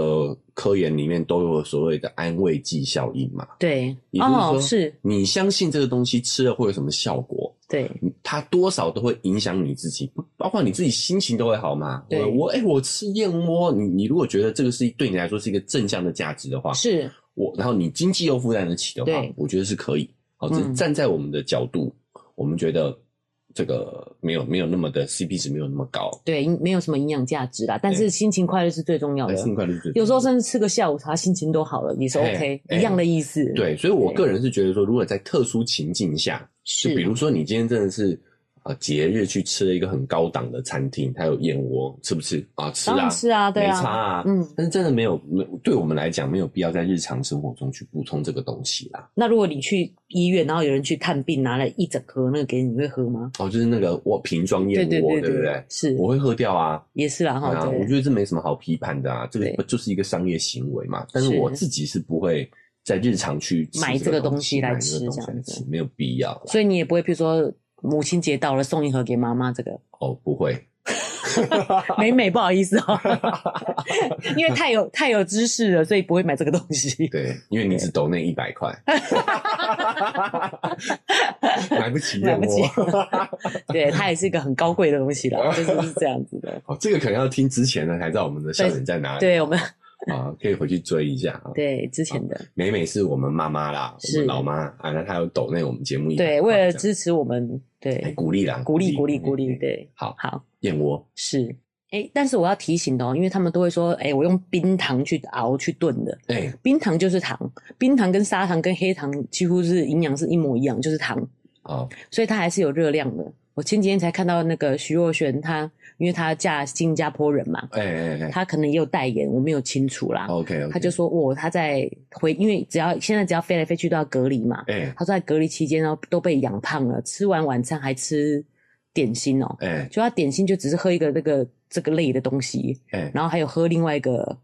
科研里面都有所谓的安慰剂效应嘛。对也就是说哦，是你相信这个东西吃了会有什么效果，对它多少都会影响你自己，包括你自己心情都会好嘛。对我我哎、我吃燕窝，你你如果觉得这个是对你来说是一个正向的价值的话，是我然后你经济又负担得起的话对，我觉得是可以。好，只是嗯站在我们的角度，我们觉得这个没有没有那么的 CP 值没有那么高，对，没有什么营养价值啦，但是心情快乐是最重要还的是。很快乐最重要有时候甚至吃个下午茶，心情都好了，也是哎 OK，哎一样的意思。对，所以我个人是觉得说，如果在特殊情境下，是，就比如说你今天真的是啊节日去吃了一个很高档的餐厅，它有燕窝，吃不吃啊？吃当啊，然是啊，对没差啊，啊。嗯。但是真的没有，没对我们来讲没有必要在日常生活中去补充这个东西啦。那如果你去医院，然后有人去探病，拿了一整盒那个给你，你会喝吗？哦，就是那个我瓶装燕对窝，对对不对？是，我会喝掉啊，也是啦哈对啊，，对我觉得这没什么好批判的啊，这个对就是一个商业行为嘛。但是我自己是不会在日常去吃买这这个个东东西来买这个吃东西这来样子吃没有必要啦。所以你也不会，譬如说母亲节到了送一盒给妈妈，这 个哦，不会，美美不好意思哦， 因为太有太有知识了，所以不会买这个东西。对，因为你只抖那一百块， 买不起啊买燕不起窝。 对，它也是一个很高贵的东西啦，就是是这样子 的。 哦，这个可能要听之前呢才知道我们的笑点在哪里。对我们啊，可以回去追一下啊。对之前的美美是我们妈妈啦，我是们老妈啊，那她有抖那我们节目100块这对，样，为了支持我们，哎对鼓励啦，鼓励鼓励鼓哎励，哎对，好，好燕窝是。哎，但是我要提醒的哦，因为他们都会说，哎，我用冰糖去熬去炖的，哎冰糖就是糖，冰糖跟砂糖跟黑糖几乎是营养是一模一样，就是糖。哦所以它还是有热量的。我前几天才看到那个徐若瑄，她因为她嫁新加坡人嘛，哎哎哎她可能也有代言，我没有清楚啦。 ，OK，她就说，我她在回，因为只要现在只要飞来飞去都要隔离嘛。哎她说在隔离期间，然后哦都被养胖了，吃完晚餐还吃点心哦、哎就她点心就只是喝一个那个这个类的东西，哎然后还有喝另外一个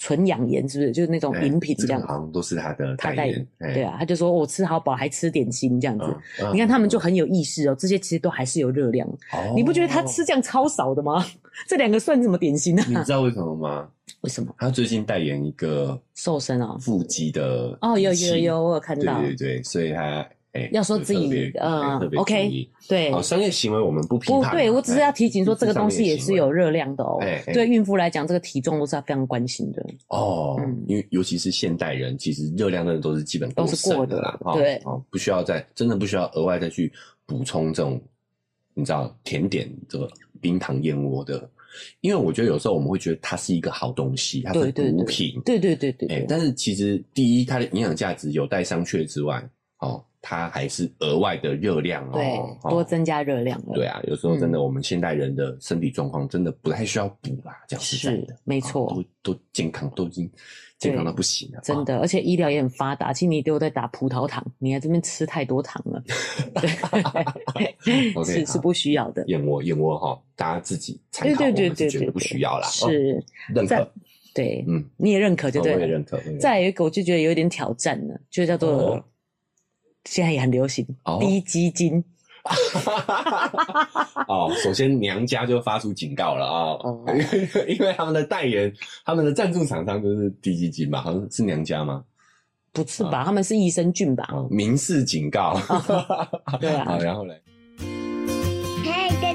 纯养颜，是不是？就是那种饮品这这样个哎好像都是他的他代代言言，，哎对，啊，他就说我吃好饱还吃点心这样子。嗯你看他们就很有意识哦，这些其实都还是有热量。哦你不觉得他吃这样超少的吗？ 这两个算什么点心你啊？知道为什么吗？ 为什么他最近代言一个瘦身啊？腹肌的哦，有仪器有有，，我有看对到。对对，所以他哎要说自己特别呃哎特别 OK 注意对好，商业行为我们不评不判啊，对，我只是要哎提醒说，这这是个东西也是有热量的哦商业行为哎哎。对孕妇来讲，这个体重都是要非常关心的。哦嗯，因为尤其是现代人，其实热量真的都是基本都是剩过的的啦，哦对哦，不需要再真的不需要额外再去补充这种你知道甜点这个冰糖燕窝的，因为我觉得有时候我们会觉得它是一个好东西，它是对对补品，对对对对哎、对，但是其实第一，它的营养价值有待商榷之外，哦，它还是额外的热量哦，对哦多增加热量了。对啊，有时候真的嗯我们现代人的身体状况真的不太需要补啦，讲实在的是，没啊错，都都健康，都已经健康到不行了，真的。的，而且医疗也很发达。其实你都在打葡萄糖，你还这边吃太多糖 了，对， OK，是是好不需要的。燕窝，燕窝哈，大家自己参对考，对对我们是对绝对对对，不需要啦，哦是，认在可，对，嗯，你也认可就我对也了。认可。我也认可再来有一个，我就觉得有点挑战了，就叫做、哦现在也很流行、哦低基金。哦，首先娘家就发出警告了啊、哦 因为他们的代言，他们的赞助厂商就是低基金嘛，好像是娘家吗？不是哦吧？他们是益生菌吧？啊、民事警告。对啊 好，然后嘞，嗨，大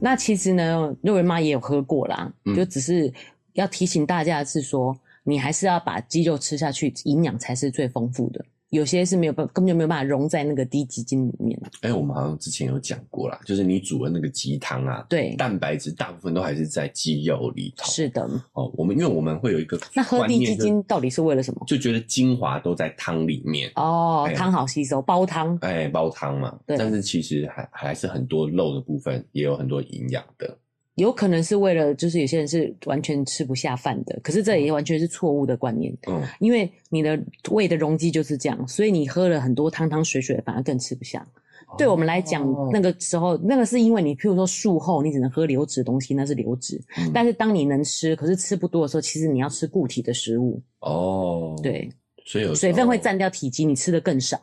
那其实呢，肉圆妈也有喝过啦，嗯就只是要提醒大家的是说，你还是要把鸡肉吃下去，营养才是最丰富的。有些是没有办，根本就没有办法融在那个低基金里面。哎、我们好像之前有讲过啦，就是你煮的那个鸡汤啊，对，蛋白质大部分都还是在鸡肉里头。是的。哦，我们因为我们会有一个那喝观低念基就金到底是为了什么？就觉得精华都在汤里面，哦哎，汤好吸收，煲汤。哎，煲汤嘛。对但是其实还还是很多肉的部分也有很多营养的。有可能是为了，就是有些人是完全吃不下饭的，可是这也完全是错误的观念，嗯，因为你的胃的容积就是这样，所以你喝了很多汤汤水水，反而更吃不下。对我们来讲，哦那个时候那个是因为你，譬如说术后你只能喝流质的东西，那是流质，嗯但是当你能吃，可是吃不多的时候，其实你要吃固体的食物，哦，，对，所以有时水分会候占掉体积，你吃的更少。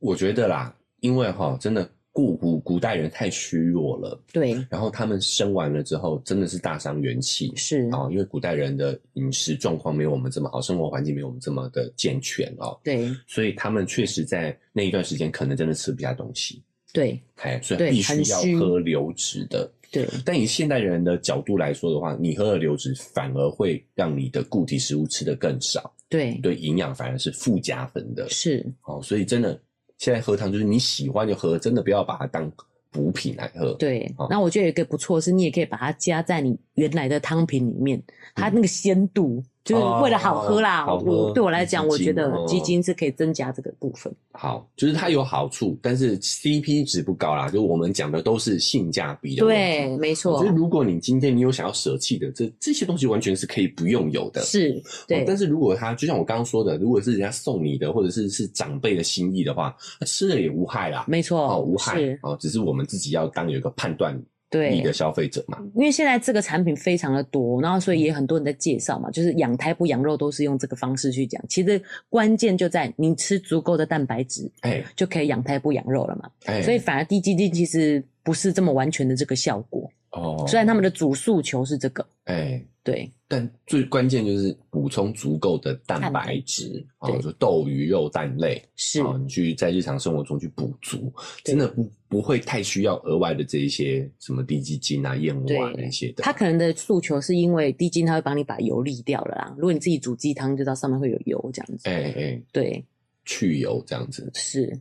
我觉得啦，因为哈，真的古古古代人太虚弱了，对，然后他们生完了之后，真的是大伤元气。是，哦，因为古代人的饮食状况没有我们这么好，生活环境没有我们这么的健全哦，对所以他们确实在那一段时间可能真的吃不下东西，对哎，所以对必须很要虚喝流质的。对，但以现代人的角度来说的话，你喝了流质反而会让你的固体食物吃得更少，对，对营养反而是负加分的。是，哦，所以真的现在喝汤就是你喜欢就喝，真的不要把它当补品来喝。，对好，那我觉得有一个不错是，你也可以把它加在你原来的汤品里面，它那个鲜度就是为了好喝啦。哦好喝我对我来讲，我鸡觉精得鸡哦精是可以增加这个部分。好，就是它有好处，但是 CP 值不高啦。就我们讲的都是性价比的问题。哦对，没错所以，如果你今天你有想要舍弃的，这这些东西完全是可以不用有的。是，哦对，但是如果他就像我刚刚说的，如果是人家送你的，或者是是长辈的心意的话，那吃了也无害啦。没错，哦，无害是，哦，只是我们自己要当有一个判断力对的。消费者嘛。因为现在这个产品非常的多，然后所以也很多人在介绍嘛，就是养胎不养肉都是用这个方式去讲。其实关键就在你吃足够的蛋白质，哎就可以养胎不养肉了嘛。哎，所以反而低基金其实不是这么完全的这个效果。哦，虽然他们的主诉求是这个，哎，对但最关键就是补充足够的蛋蛋白白质啊，对哦就豆、鱼、肉、蛋类是，哦，你去在日常生活中去补足，对真的不不会太需要额外的这一些什么低基金啊、燕窝啊对那些的。他可能的诉求是因为低筋它会帮你把油沥掉了啦。如果你自己煮鸡汤，就知道上面会有油这样子。哎哎对，去油这样子，是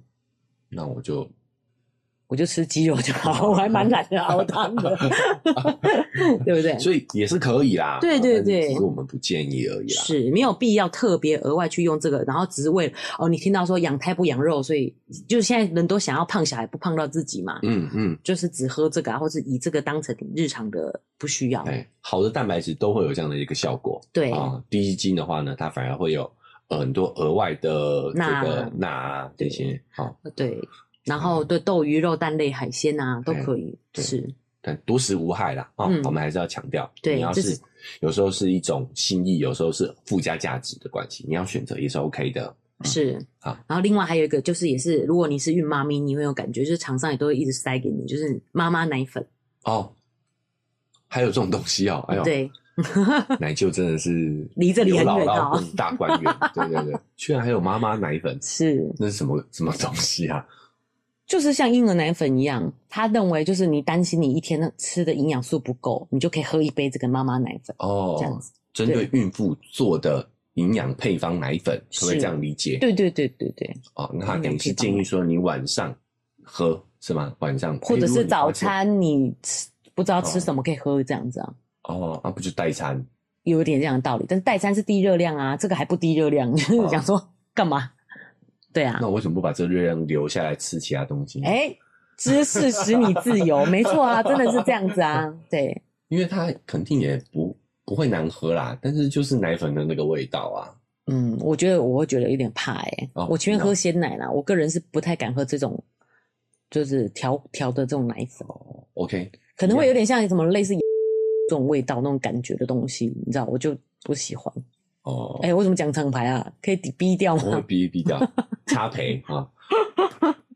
那我就我就吃鸡肉就好，我还蛮懒得熬汤 的，对不对？所以也是可以啦。哦对对但对只是我们不建议而已啦。是没有必要特别额外去用这个，然后只是为了哦，你听到说养胎不养肉，所以就是现在人都想要胖小孩不胖到自己嘛，嗯嗯，就是只喝这个啊，或是以这个当成日常的不需要。哎，好的蛋白质都会有这样的一个效果。对，啊，低筋的话呢，它反而会有呃很多额外的这钠个钠啊这些。好，对，然后对豆鱼肉蛋类海鲜啊都哎可以嗯对吃。但独食无害啦啊嗯，我们还是要强调，对你要这是是有时候是一种心意，有时候是附加价值的关系，你要选择也是 OK 的。是好然后另外还有一个就是，也是如果你是孕妈咪，你会有感觉，就是厂商也都会一直塞给你，就是妈妈奶粉。哦，还有这种东西哦，哎呦，对，奶舅真的是 离这里很远哦刘姥姥跟大观园，对对对，居然还有妈妈奶粉，是，那是什么什么东西啊？就是像婴儿奶粉一样，他认为就是你担心你一天吃的营养素不够，你就可以喝一杯这个妈妈奶粉。这样哦子，针对孕妇做的营养配方奶粉，可不可以是这样理解？对对对对对，哦，那他等于是建议说你晚上喝是吗？晚上或者哎如果是你早发现餐你吃不知道吃什么可以喝这样子啊，哦，那、不就代餐？有一点这样的道理。但是代餐是低热量啊，这个还不低热哦量， 就是想说干嘛？对啊那，我为什么不把这热量留下来吃其他东西？哎、知识使你自由，没错啊，真的是这样子 啊，对。因为它肯定也不不会难喝啦，但是就是奶粉的那个味道啊。嗯，我觉得我会觉得有点怕哎、哦我情愿真的喝鲜奶啦，我个人是不太敢喝这种，就是调调的这种奶粉，哦，OK，可能会有点像什么类似 这种味道那种感觉的东西，你知道，我就不喜欢。哦，哎、我怎么讲厂牌啊？可以逼掉我会吗？逼 逼掉差赔啊。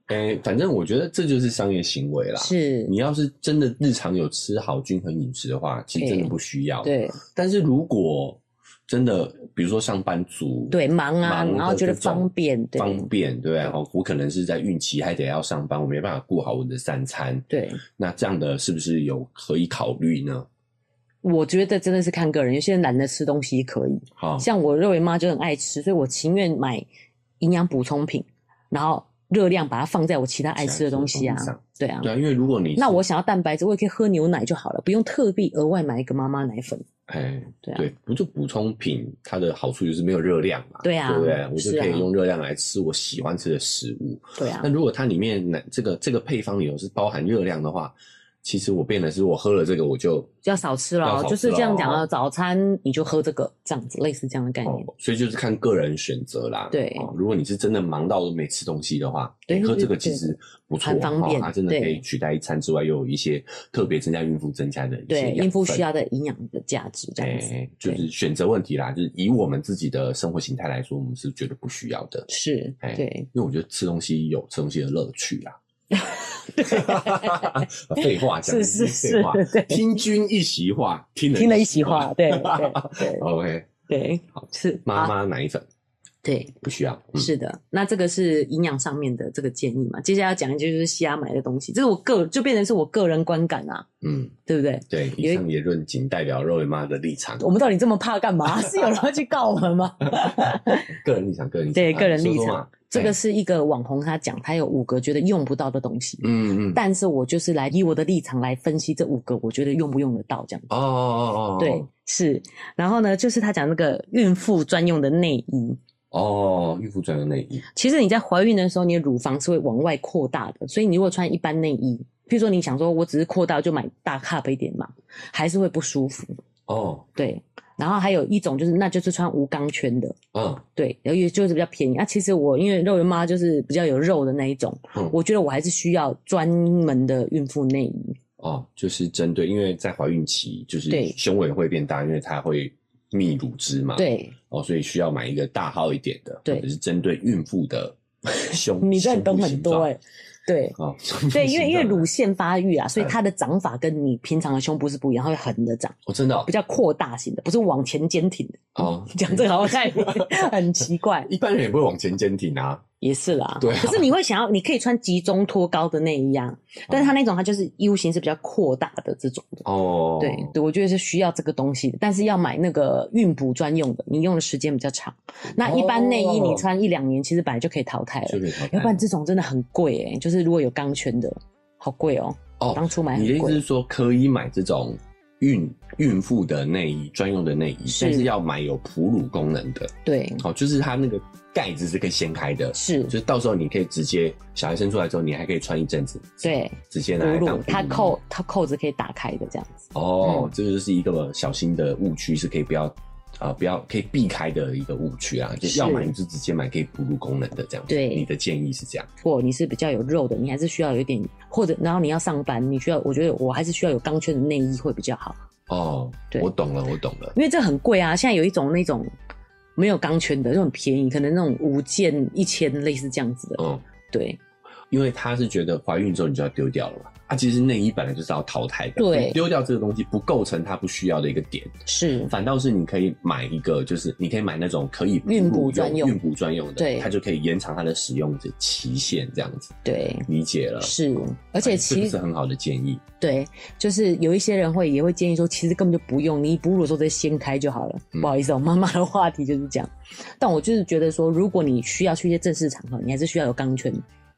哎、反正我觉得这就是商业行为啦。是，你要是真的日常有吃好均衡饮食的话，其实真的不需要。，对但是如果真的，比如说上班族，对，忙啊，忙的然后觉得这种方便，对方便，对不对？哦，我可能是在孕期还得要上班，我没办法顾好我的三餐。对，那这样的是不是有可以考虑呢？我觉得真的是看个人，有些人懒得吃东西可以，好、像我认为妈就很爱吃，所以我情愿买营养补充品，然后热量把它放在我其他爱吃的东西啊其他吃的东，对啊。对啊，因为如果你那我想要蛋白质，我也可以喝牛奶就好了，不用特地额外买一个妈妈奶粉。哎，对啊对，不就补充品，它的好处就是没有热量嘛，对啊对不对？我就是啊可以用热量来吃我喜欢吃的食物。对啊那，如果它里面奶这个这个配方里头是包含热量的话，其实我变的是我喝了这个我就就要少吃要了，少吃就是这样讲啊。咯早餐你就喝这个，这样子类似这样的概念。哦，所以就是看个人选择啦。对哦如果你是真的忙到没吃东西的话，对哎对喝这个对其实不错，很方便哦它真的可以对取代一餐之外，又有一些特别增加孕妇增加的一些对，养孕妇分需要的营养的价值这样子。哎，就对是选择问题啦，就是以我们自己的生活形态来说，我们是觉得不需要的，是哎，对，因为我觉得吃东西有吃东西的乐趣啦。废话，讲是一是句是废话，，对，听君一席话，听人听了一席话，对对对 OK，对好，是妈好妈奶粉对，不需要，嗯是的，那这个是营养上面的这个建议嘛？接下来要讲的就是瞎买的东西，这是我个就变成是我个人观感啊，嗯，对不对？对，以上言论仅代表肉圆妈的立场，我们到底这么怕干嘛？ 是有人要去告我们吗？个人立场，个人立场，对，啊个人你说立说场嘛，哎这个，是一个网红他讲，他有五个觉得用不到的东西，哎嗯嗯，但是我就是来以我的立场来分析这五个，我觉得用不用得到这样。哦哦哦哦，对，是。然后呢，就是他讲那个孕妇专用的内衣，哦，孕妇专用内衣，其实你在怀孕的时候，你的乳房是会往外扩大的，所以你如果穿一般内衣，譬如说你想说我只是扩大就买大 cup 一点嘛，还是会不舒服。哦，对，然后还有一种就是，那就是穿无钢圈的，嗯，对，然后也就是比较便宜。啊，其实我因为肉圆妈就是比较有肉的那一种，嗯我觉得我还是需要专门的孕妇内衣。哦，就是针对，因为在怀孕期，就是对胸围会变大，因为它会泌乳汁嘛，，对，哦，所以需要买一个大号一点的，对或者是针对孕妇 的胸，你真的胸部懂很形多状哎、对。哦，对，因为因为乳我、腺发育啊，所以它的长法跟你平常的胸部是不一样，它会横着长，哦、真的哦比较扩大型的，不是往前坚挺的。哦， 讲这个好像太很奇怪，一般人也不会往前坚挺啊， 也是啦。对啊可是你会想要，你可以穿集中托高的内衣啊，但是它那种它就是 U 型是比较扩大的这种的。哦，对对，我觉得是需要这个东西的，但是要买那个孕哺专用的，你用的时间比较长。那一般内衣你穿一两年，其实本来就可以淘汰就了。可以淘汰要不然这种真的很贵哎、就是如果有钢圈的，好贵哦、哦，当初买你的很意思贵是。说可以买这种孕孕妇的内衣专用的内衣，是但是要买有哺乳功能的，对，哦，就是它那个盖子是可以掀开的，是就，是到时候你可以直接小孩生出来之后，你还可以穿一阵子，对，直接拿哺来当嗯乳它衣扣嗯它扣子可以打开的这样子。哦，这就是一个小心的误区，是可以不要啊、不要可以避开的一个误区啊，就是要买你就直接买可以哺乳功能的这样。对你的建议是这样。如果你是比较有肉的，你还是需要有一点，或者然后你要上班，你需要，我觉得我还是需要有钢圈的内衣会比较好，哦，对我懂了，我懂了。因为这很贵啊。现在有一种那种没有钢圈的，就很便宜，可能那种五件一千，类似这样子的。嗯，对因为他是觉得怀孕之后你就要丢掉了嘛。啊，其实内衣本来就是要淘汰的，对你丢掉这个东西不构成它不需要的一个点，是，反倒是你可以买一个，就是你可以买那种可以哺乳孕哺专用孕哺专用的，对它就可以延长它的使用的期限，这样子对，理解了。是。而且哎这其个实是很好的建议。对，就是有一些人会也会建议说，其实根本就不用，你哺乳的时候直接掀开就好了。嗯不好意思、哦，妈妈的话题就是这样。但我就是觉得说，如果你需要去一些正式场合，你还是需要有钢圈，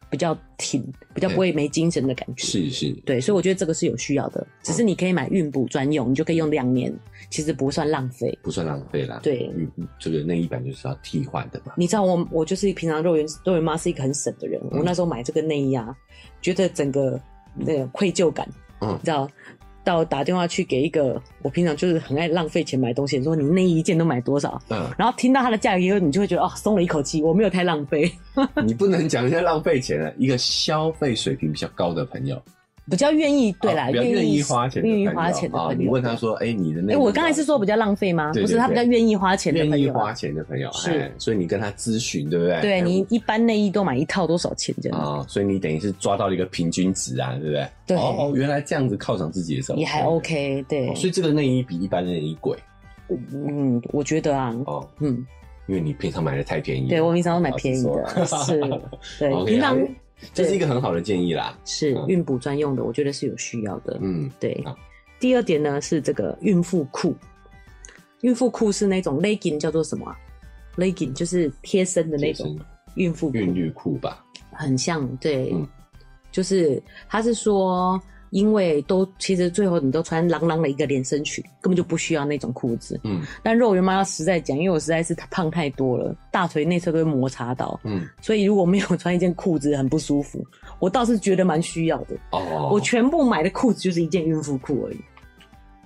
比较挺，比较不会没精神的感觉。是是，对，所以我觉得这个是有需要的，只嗯是你可以买孕补专用，你就可以用两年，其实不算浪费。不算浪费啦。对嗯，这个内衣版就是要替换的嘛。你知道我我就是平常肉圆肉圆妈是一个很省的人，嗯我那时候买这个内衣啊，觉得整个那个愧疚感，嗯你知道，到打电话去给一个我平常就是很爱浪费钱买东西，说你内衣一件都买多少，嗯，然后听到它的价格以后，你就会觉得哦，松了一口气，我没有太浪费。你不能讲人家浪费钱了。一个消费水平比较高的朋友，比较愿意，对啦，啊比较愿意意花钱的朋友，愿意花钱的啊。朋你友。问他说：“哎，你的那……”哎、我刚才是说比较浪费吗？对不是，对他比较对愿意花钱的愿朋意友啊、花钱的朋友，是哎，所以你跟他咨询，对不对？对哎你一般内衣都买一套多少钱这样？啊，所以你等于是抓到了一个平均值啊，对不对？对哦，原来这样子犒赏自己也是也还的 OK，对哦，所以这个内衣比一般的内衣贵嗯，我觉得啊，哦，嗯，因为你平常买的太便宜了。对我平常都买便宜的，老 是实 说，对， OK，平常好这是一个很好的建议啦。是嗯孕哺专用的，我觉得是有需要的，嗯，对好。第二点呢是这个孕妇裤，孕妇裤是那种 legging 叫做什么啊？legging 就是贴身的那种贴身孕妇裤，嗯韵律裤吧。很像，对，嗯就是他是说，因为都其实最后你都穿朗朗的一个连身裙，根本就不需要那种裤子。嗯但肉圆妈要实在讲，因为我实在是胖太多了，大腿内侧都会摩擦到，嗯，所以如果没有穿一件裤子很不舒服。我倒是觉得蛮需要的，哦，我全部买的裤子就是一件孕妇裤而已，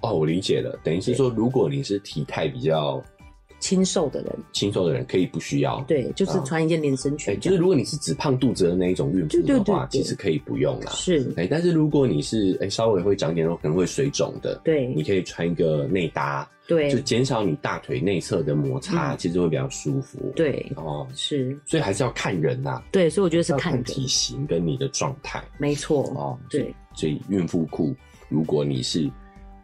哦，我理解了，等于是说，如果你是体态比较清瘦的人，清瘦的人，可以不需要。，对，就是啊穿一件连身哎、裙这就是样，如果你是只胖肚子的那一种孕妇对的对对话，对其实可以不用啦。是，哎、但是如果你是哎、稍微会长一点肉，可能会水肿的，对你可以穿一个内搭，就对减少你大腿内侧的摩擦，嗯其实会比较舒服。，对哦，是，所以还是要看人呐、对，所以我觉得是要看看人，体型跟你的状态。没错，哦，对，所以孕妇裤，如果你是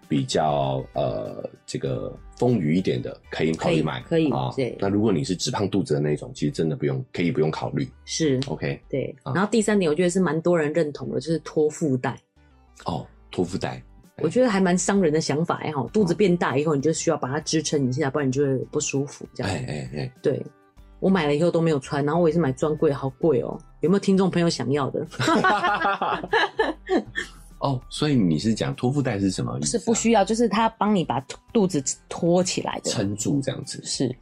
比较呃这个丰腴一点的，可以考虑买，可以可以啊对那如果你是只胖肚子的那种，其实真的不用，可以不用考虑。是 OK，对，啊然后第三点，我觉得是蛮多人认同的，就是托腹带。哦，托腹带，我觉得还蛮伤人的想法哎哈，哦肚子变大以后，你就需要把它支撑一下，不然你就会不舒服这样。哎哎哎，对，我买了以后都没有穿，然后我也是买专柜，好贵哦。有没有听众朋友想要 的？哦，所以你是讲托腹带是什么意思是啊、不需要，就是它帮你把肚子托起来的。撑住这样子，是，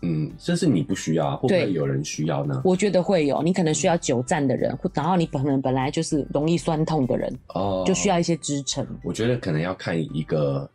嗯，这是你不需要啊，会不对会有人需要呢？我觉得会有，你可能需要久站的人，或然后你可能本来就是容易酸痛的人，嗯哦，就需要一些支撑。我觉得可能要看一个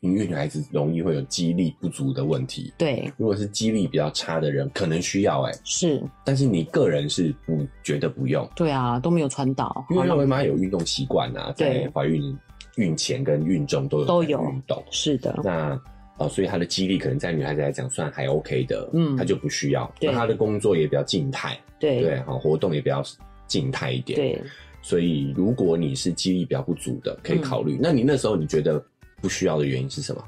因为女孩子容易会有肌力不足的问题。对，如果是肌力比较差的人，可能需要哎、是，但是你个人是不觉得不用，对啊，都没有穿到，因好为浪肉圆妈有运动习惯啊，在对怀孕、孕前跟孕中都有都有在运动。是的，那呃，所以她的肌力可能在女孩子来讲算还 OK 的，嗯她就不需要。对那她的工作也比较静态，对，好活动也比较静态一点。，对，所以如果你是肌力比较不足的，可以嗯考虑。那你那时候你觉得不需要的原因是什么？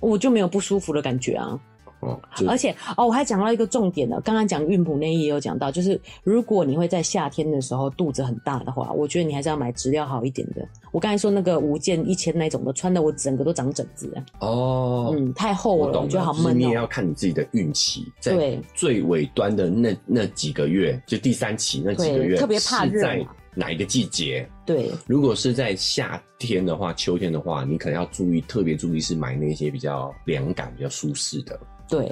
我就没有不舒服的感觉啊。哦，就而且哦，我还讲到一个重点呢，刚刚讲孕哺内衣也有讲到，就是如果你会在夏天的时候肚子很大的话，我觉得你还是要买质量好一点的。我刚才说那个五件一千那种的，穿的我整个都长疹子，啊哦，嗯，太厚我了，懂我了，觉得好就是闷你也哦、要看你自己的运气，在对最尾端的那那几个月，就第三期那几个对月，特别怕是热在嘛哪一个季节。对，如果是在夏天的话，秋天的话，你可能要注意，特别注意是买那些比较凉感、比较舒适的。对，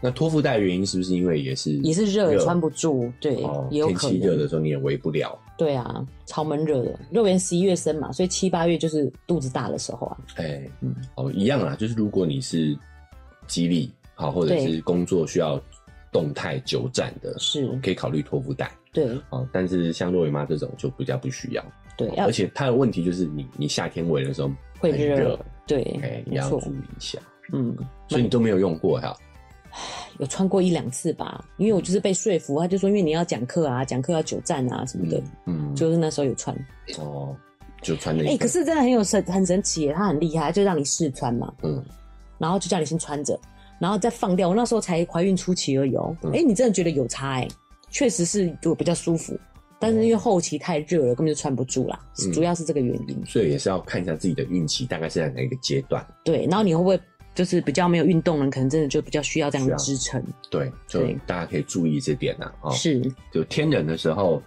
那脱腹带的原因是不是因为也是也是热，穿不住，对，哦，也有天可气热能。的时候你也围不了。对啊，超闷热的。肉圆十一月生嘛，所以七八月就是肚子大的时候啊。哎，嗯哦，一样啦，就是如果你是肌力好，或者对是工作需要动态久站的，是可以考虑托腹带对哦。但是像若维妈这种就比较不需要，对，要而且它的问题就是你你夏天围的时候会很热，对哎，，也没要错，注意一下。嗯，所以你都没有用过哈？有穿过一两次吧，因为我就是被说服，他就说因为你要讲课啊，讲课要久站啊什么的，嗯，就是那时候有穿。哦，就穿那一哎、个。可是真的很有神，很神奇耶，他很厉害，他就让你试穿嘛，嗯，然后就叫你先穿着，然后再放掉。我那时候才怀孕初期而已哦、嗯哎、你真的觉得有差哎、确实是我比较舒服，但是因为后期太热了，根本就穿不住啦，嗯主要是这个原因。所以也是要看一下自己的运气，大概是在哪一个阶段。对，然后你会不会就是比较没有运动的人，可能真的就比较需要这样是的啊支撑。对，就对大家可以注意这点呐、啊。哦，是就天冷的时候，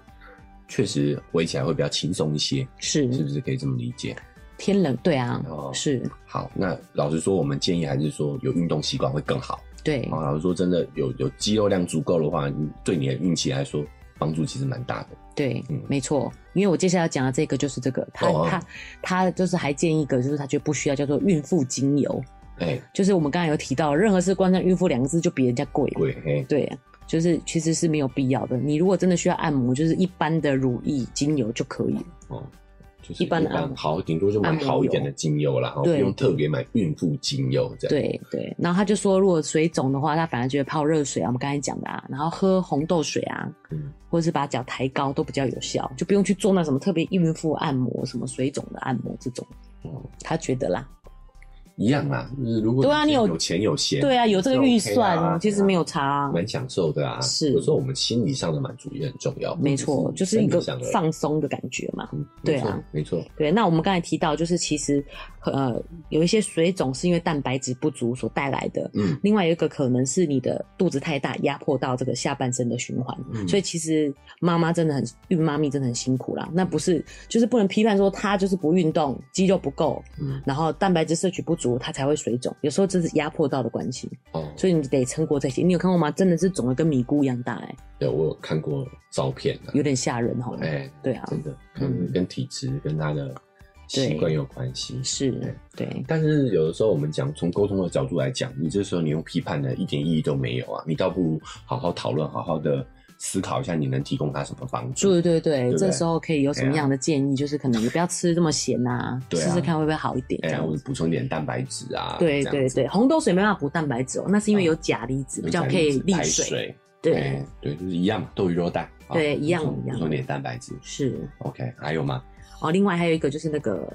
确实围起来会比较轻松一些，是是不是可以这么理解？天冷，对啊，哦是好，那老实说，我们建议还是说有运动习惯会更好。对，啊，老实说，真的有有肌肉量足够的话，你对你的运气来说帮助其实蛮大的。对，嗯没错，因为我接下来要讲的这个就是这个，他、哦他他就是还建议一个，就是他觉得不需要叫做孕妇精油，哎、就是我们刚才有提到，任何事关上孕妇两个字就比人家贵，对，哎、对，就是其实是没有必要的。你如果真的需要按摩，就是一般的乳液精油就可以了，哦，就是一般的按摩好，顶多就买按摩好一点的精油啦，哦不对用特别买孕妇精油这样。，对对。然后他就说，如果水肿的话，他反而觉得泡热水啊，我们刚才讲的啊，然后喝红豆水啊，嗯或者是把脚抬高都比较有效，就不用去做那什么特别孕妇按摩、什么水肿的按摩这种，哦，他觉得啦。一样啦，就是如果对啊你有有钱有闲，对啊，有这个预算，就 OK 啊其实没有差、啊。蛮享受的啊。是有时候我们心理上的满足也很重要。没错，不只就是一个生理上的放松的感觉嘛。嗯对啊，没错，没错对，那我们刚才提到，就是其实呃有一些水肿是因为蛋白质不足所带来的，嗯另外有一个可能是你的肚子太大，压迫到这个下半身的循环。嗯所以其实妈妈真的很孕妈咪真的很辛苦啦。那不是就是不能批判说她就是不运动，肌肉不够，嗯然后蛋白质摄取不足，她才会水肿。有时候这是压迫到的关系，哦，所以你得撑过这些。你有看过吗？真的是肿的跟米糊一样大、欸，对我有看过照片的，有点吓人哈。哎，对啊，真的，可能跟体质跟他的习惯有关系。是，对，但是有的时候我们讲从沟通的角度来讲，你这时候你用批判的一点意义都没有啊，你倒不如好好讨论，好好的思考一下你能提供他什么帮助。对对对，不对哎这时候可以有什么样的建议？就是可能也不要吃这么咸呐，对啊试试看会不会好一点这哎，样我子。补充一点蛋白质啊，对这样对子嗯对，红豆水没办法补蛋白质哦，那是因为有钾离子，比较可以利排水。水。对，哎对，就是一样嘛，豆鱼肉蛋。啊对一样补充一样补充点蛋白质。是 OK，还有吗？哦。另外还有一个就是那个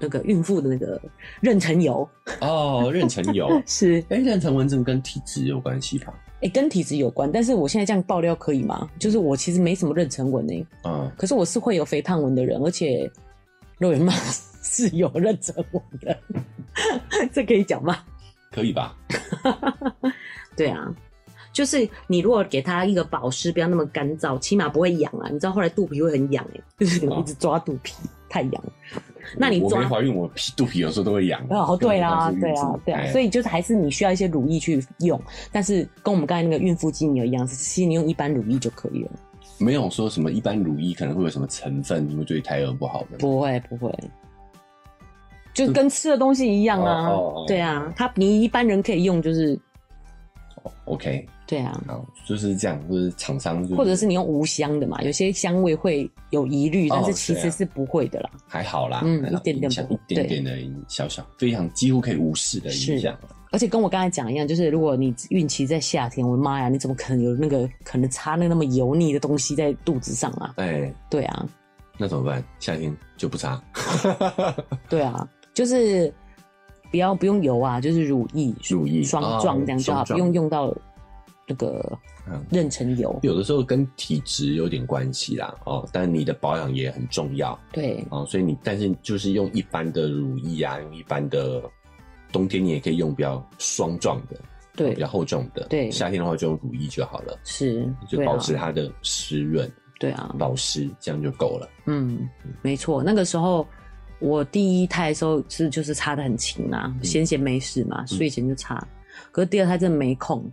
那个孕妇的那个妊娠油， 哦，妊娠油。是哎，妊娠纹症跟体质有关系吧？哎跟体质有关。但是我现在这样爆料可以吗？就是我其实没什么妊娠纹诶，嗯，可是我是会有肥胖纹的人，而且肉圆妈是有妊娠纹的， 这可以讲吗？可以吧？对啊，就是你如果给它一个保湿，不要那么干燥，起码不会痒啊。你知道后来肚皮会很痒哎、就是你一直抓肚皮，太痒。那你我我抓没怀孕，我皮肚皮有时候都会痒。啊哦，对啦，对更何况是孕啊妇，对啊，哎所以就是还是你需要一些乳液去用，但是跟我们刚才那个孕妇精油一样，其实你用一般乳液就可以了，没有说什么一般乳液可能会有什么成分，因为对胎儿不好的。不会不会，就跟吃的东西一样啊，嗯哦哦哦对啊，它你一般人可以用就是， OK，对啊，好，就是这样，就是厂商、就或者是你用无香的嘛，有些香味会有疑虑，哦但是其对实啊是不会的啦，还好啦，嗯还好一点点影响不一点点的影小小，非常几乎可以无视的影响。啊而且跟我刚才讲一样，就是如果你孕期在夏天，我的妈呀，你怎么可能有那个可能擦那个那么油腻的东西在肚子上啊？哎、对啊，那怎么办？夏天就不擦。对啊，就是不要不用油啊，就是乳液、乳液霜状这样就好，嗯哦霜不状用用到那个嗯妊娠油。有的时候跟体质有点关系啦，哦，但你的保养也很重要对哦，所以你但是就是用一般的乳液啊，用一般的，冬天你也可以用比较霜状的，对比较厚重的，对夏天的话就用乳液就好了，是，就对啊保，持它的湿润。对啊，老师，这样就够了。嗯，没错，那个时候我第一胎的时候是就是擦的很勤啊，嗯闲闲没事嘛，睡前就擦。可是第二胎真的没空，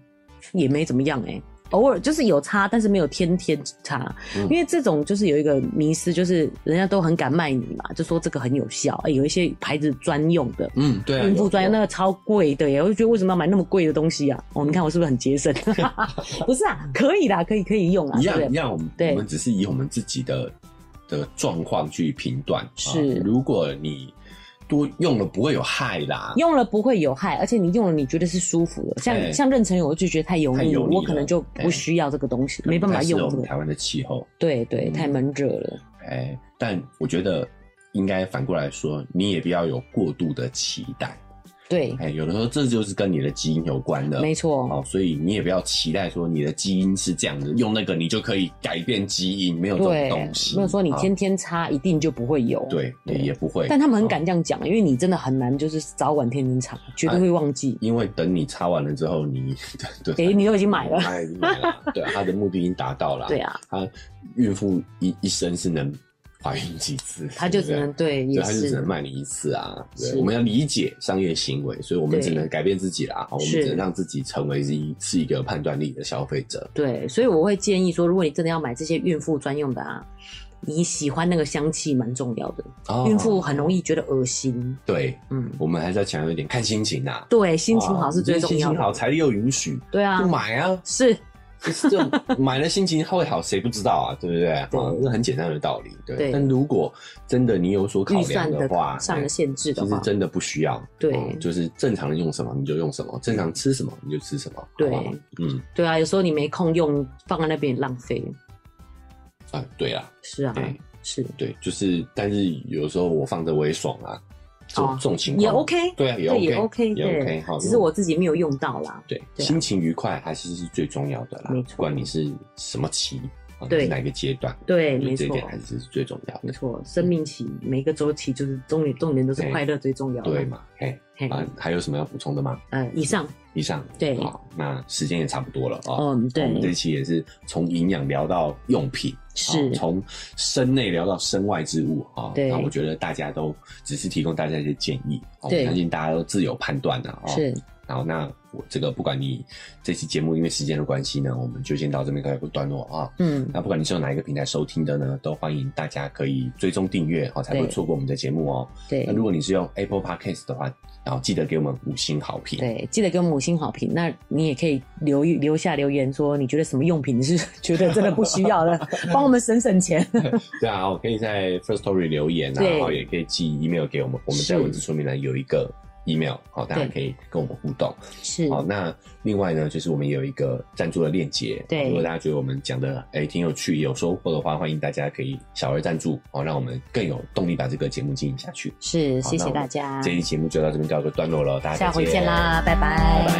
也没怎么样哎、偶尔就是有擦，但是没有天天擦，嗯因为这种就是有一个迷思，就是人家都很敢卖你嘛，就说这个很有效，哎、有一些牌子专用的。嗯，对啊，孕妇有专用那个超贵的哎耶，我就觉得为什么要买那么贵的东西啊？哦，你看我是不是很节 省？ 不是啊，可以啦，可以可以用啊，一对不对样一？样，我们对我们只是以我们自己的的状况去评断。啊是如果你多用了不会有害啦，用了不会有害，而且你用了你觉得是舒服的。像、哎像妊娠油，我就觉得太油太腻，油了，腻我可能了就哎不需要这个东西，可能没办法不太适合用我这们嗯个。台湾的气候。对对，太闷热了。哎，但我觉得应该反过来说，你也不要有过度的期待。对，哎，有的时候这就是跟你的基因有关的，没错，哦，所以你也不要期待说你的基因是这样的，用那个你就可以改变基因，没有这种对，东西。没有说你啊天天擦一定就不会有。对也也不会，但他们很敢这样讲，因为你真的很难，就是早晚天天擦，绝对会忘记。因为等你擦完了之后，你 对诶，你都已经买了。哎，已 经买了，对啊，他的目的已经达到了。对，啊，他孕妇一一生是能怀孕几次，他就对不只对能对，对，也他就只能是卖你一次啊。对是，我们要理解商业行为，所以我们对只能改变自己啦。啊我们是只能让自己成为一是一个有判断力的消费者。对，所以我会建议说，如果你真的要买这些孕妇专用的啊，你喜欢那个香气蛮重要的。哦孕妇很容易觉得恶心，对，嗯，我们还是要强调一点，看心情啊。对，心情好啊是最重你今天要心情好，的。财力又允许，对啊就，买啊。是就是这 买了心情会好，谁不知道啊？对不对？啊对，这很简单的道理。对，对但如果真的你有所考预量算的话，上哎的限制的其实话，真的不需要。对嗯就是正常的用什么你就用什么，正常吃什么你就吃什么。对好不好嗯，对啊，有时候你没空用，放在那边也浪费。啊，对啦，是啊，对是对，就是，但是有时候我放着我也爽啊，这种哦这种情况也 OK，对啊，也对 OK，也 OK，也 OK，好，只是我自己没有用到啦。对对啊心情愉快还是是最重要的啦没，错不管你是什么期，啊对你是哪个阶段，对我觉得没这一错点还是最重要没的，错，生命期每一个周期就是重点，重点都是对快乐最重要的。对嘛？嘿，嘿？啊，还有什么要补充的吗？呃，以上，以上对好，那时间也差不多了啊。嗯，我们这对，期也是从营养聊到用品，是啊从身内聊到身外之物啊。对那我觉得大家都只是提供大家一些建议，啊我对相信大家都自有判断的啊。是，然后那我这个不管你这期节目因为时间的关系呢，我们就先到这边告一个段落啊。嗯，那不管你是用哪一个平台收听的呢，都欢迎大家可以追踪订阅哦，才不会对错过我们的节目哦。对那。如果你是用 Apple Podcast 的话，然后记得给我们五星好评。对，记得给我们五星好评。那你也可以留一留下留言，说你觉得什么用品是 觉得真的不需要 的，帮我们省省钱。对啊，我可以在 First Story 留言啊，对然后也可以寄 email 给我们，我们在是文字说明栏有一个 email，好，大家对可以跟我们互动。是，好，那另外呢，就是我们也有一个赞助的链接，对如果大家觉得我们讲的哎挺有趣、有收获的话，欢迎大家可以小额赞助哦，让我们更有动力把这个节目进行下去。是，好谢谢那我们大家，这期节目就到这边告一个段落了，大家再啊下回见啦，拜拜拜拜。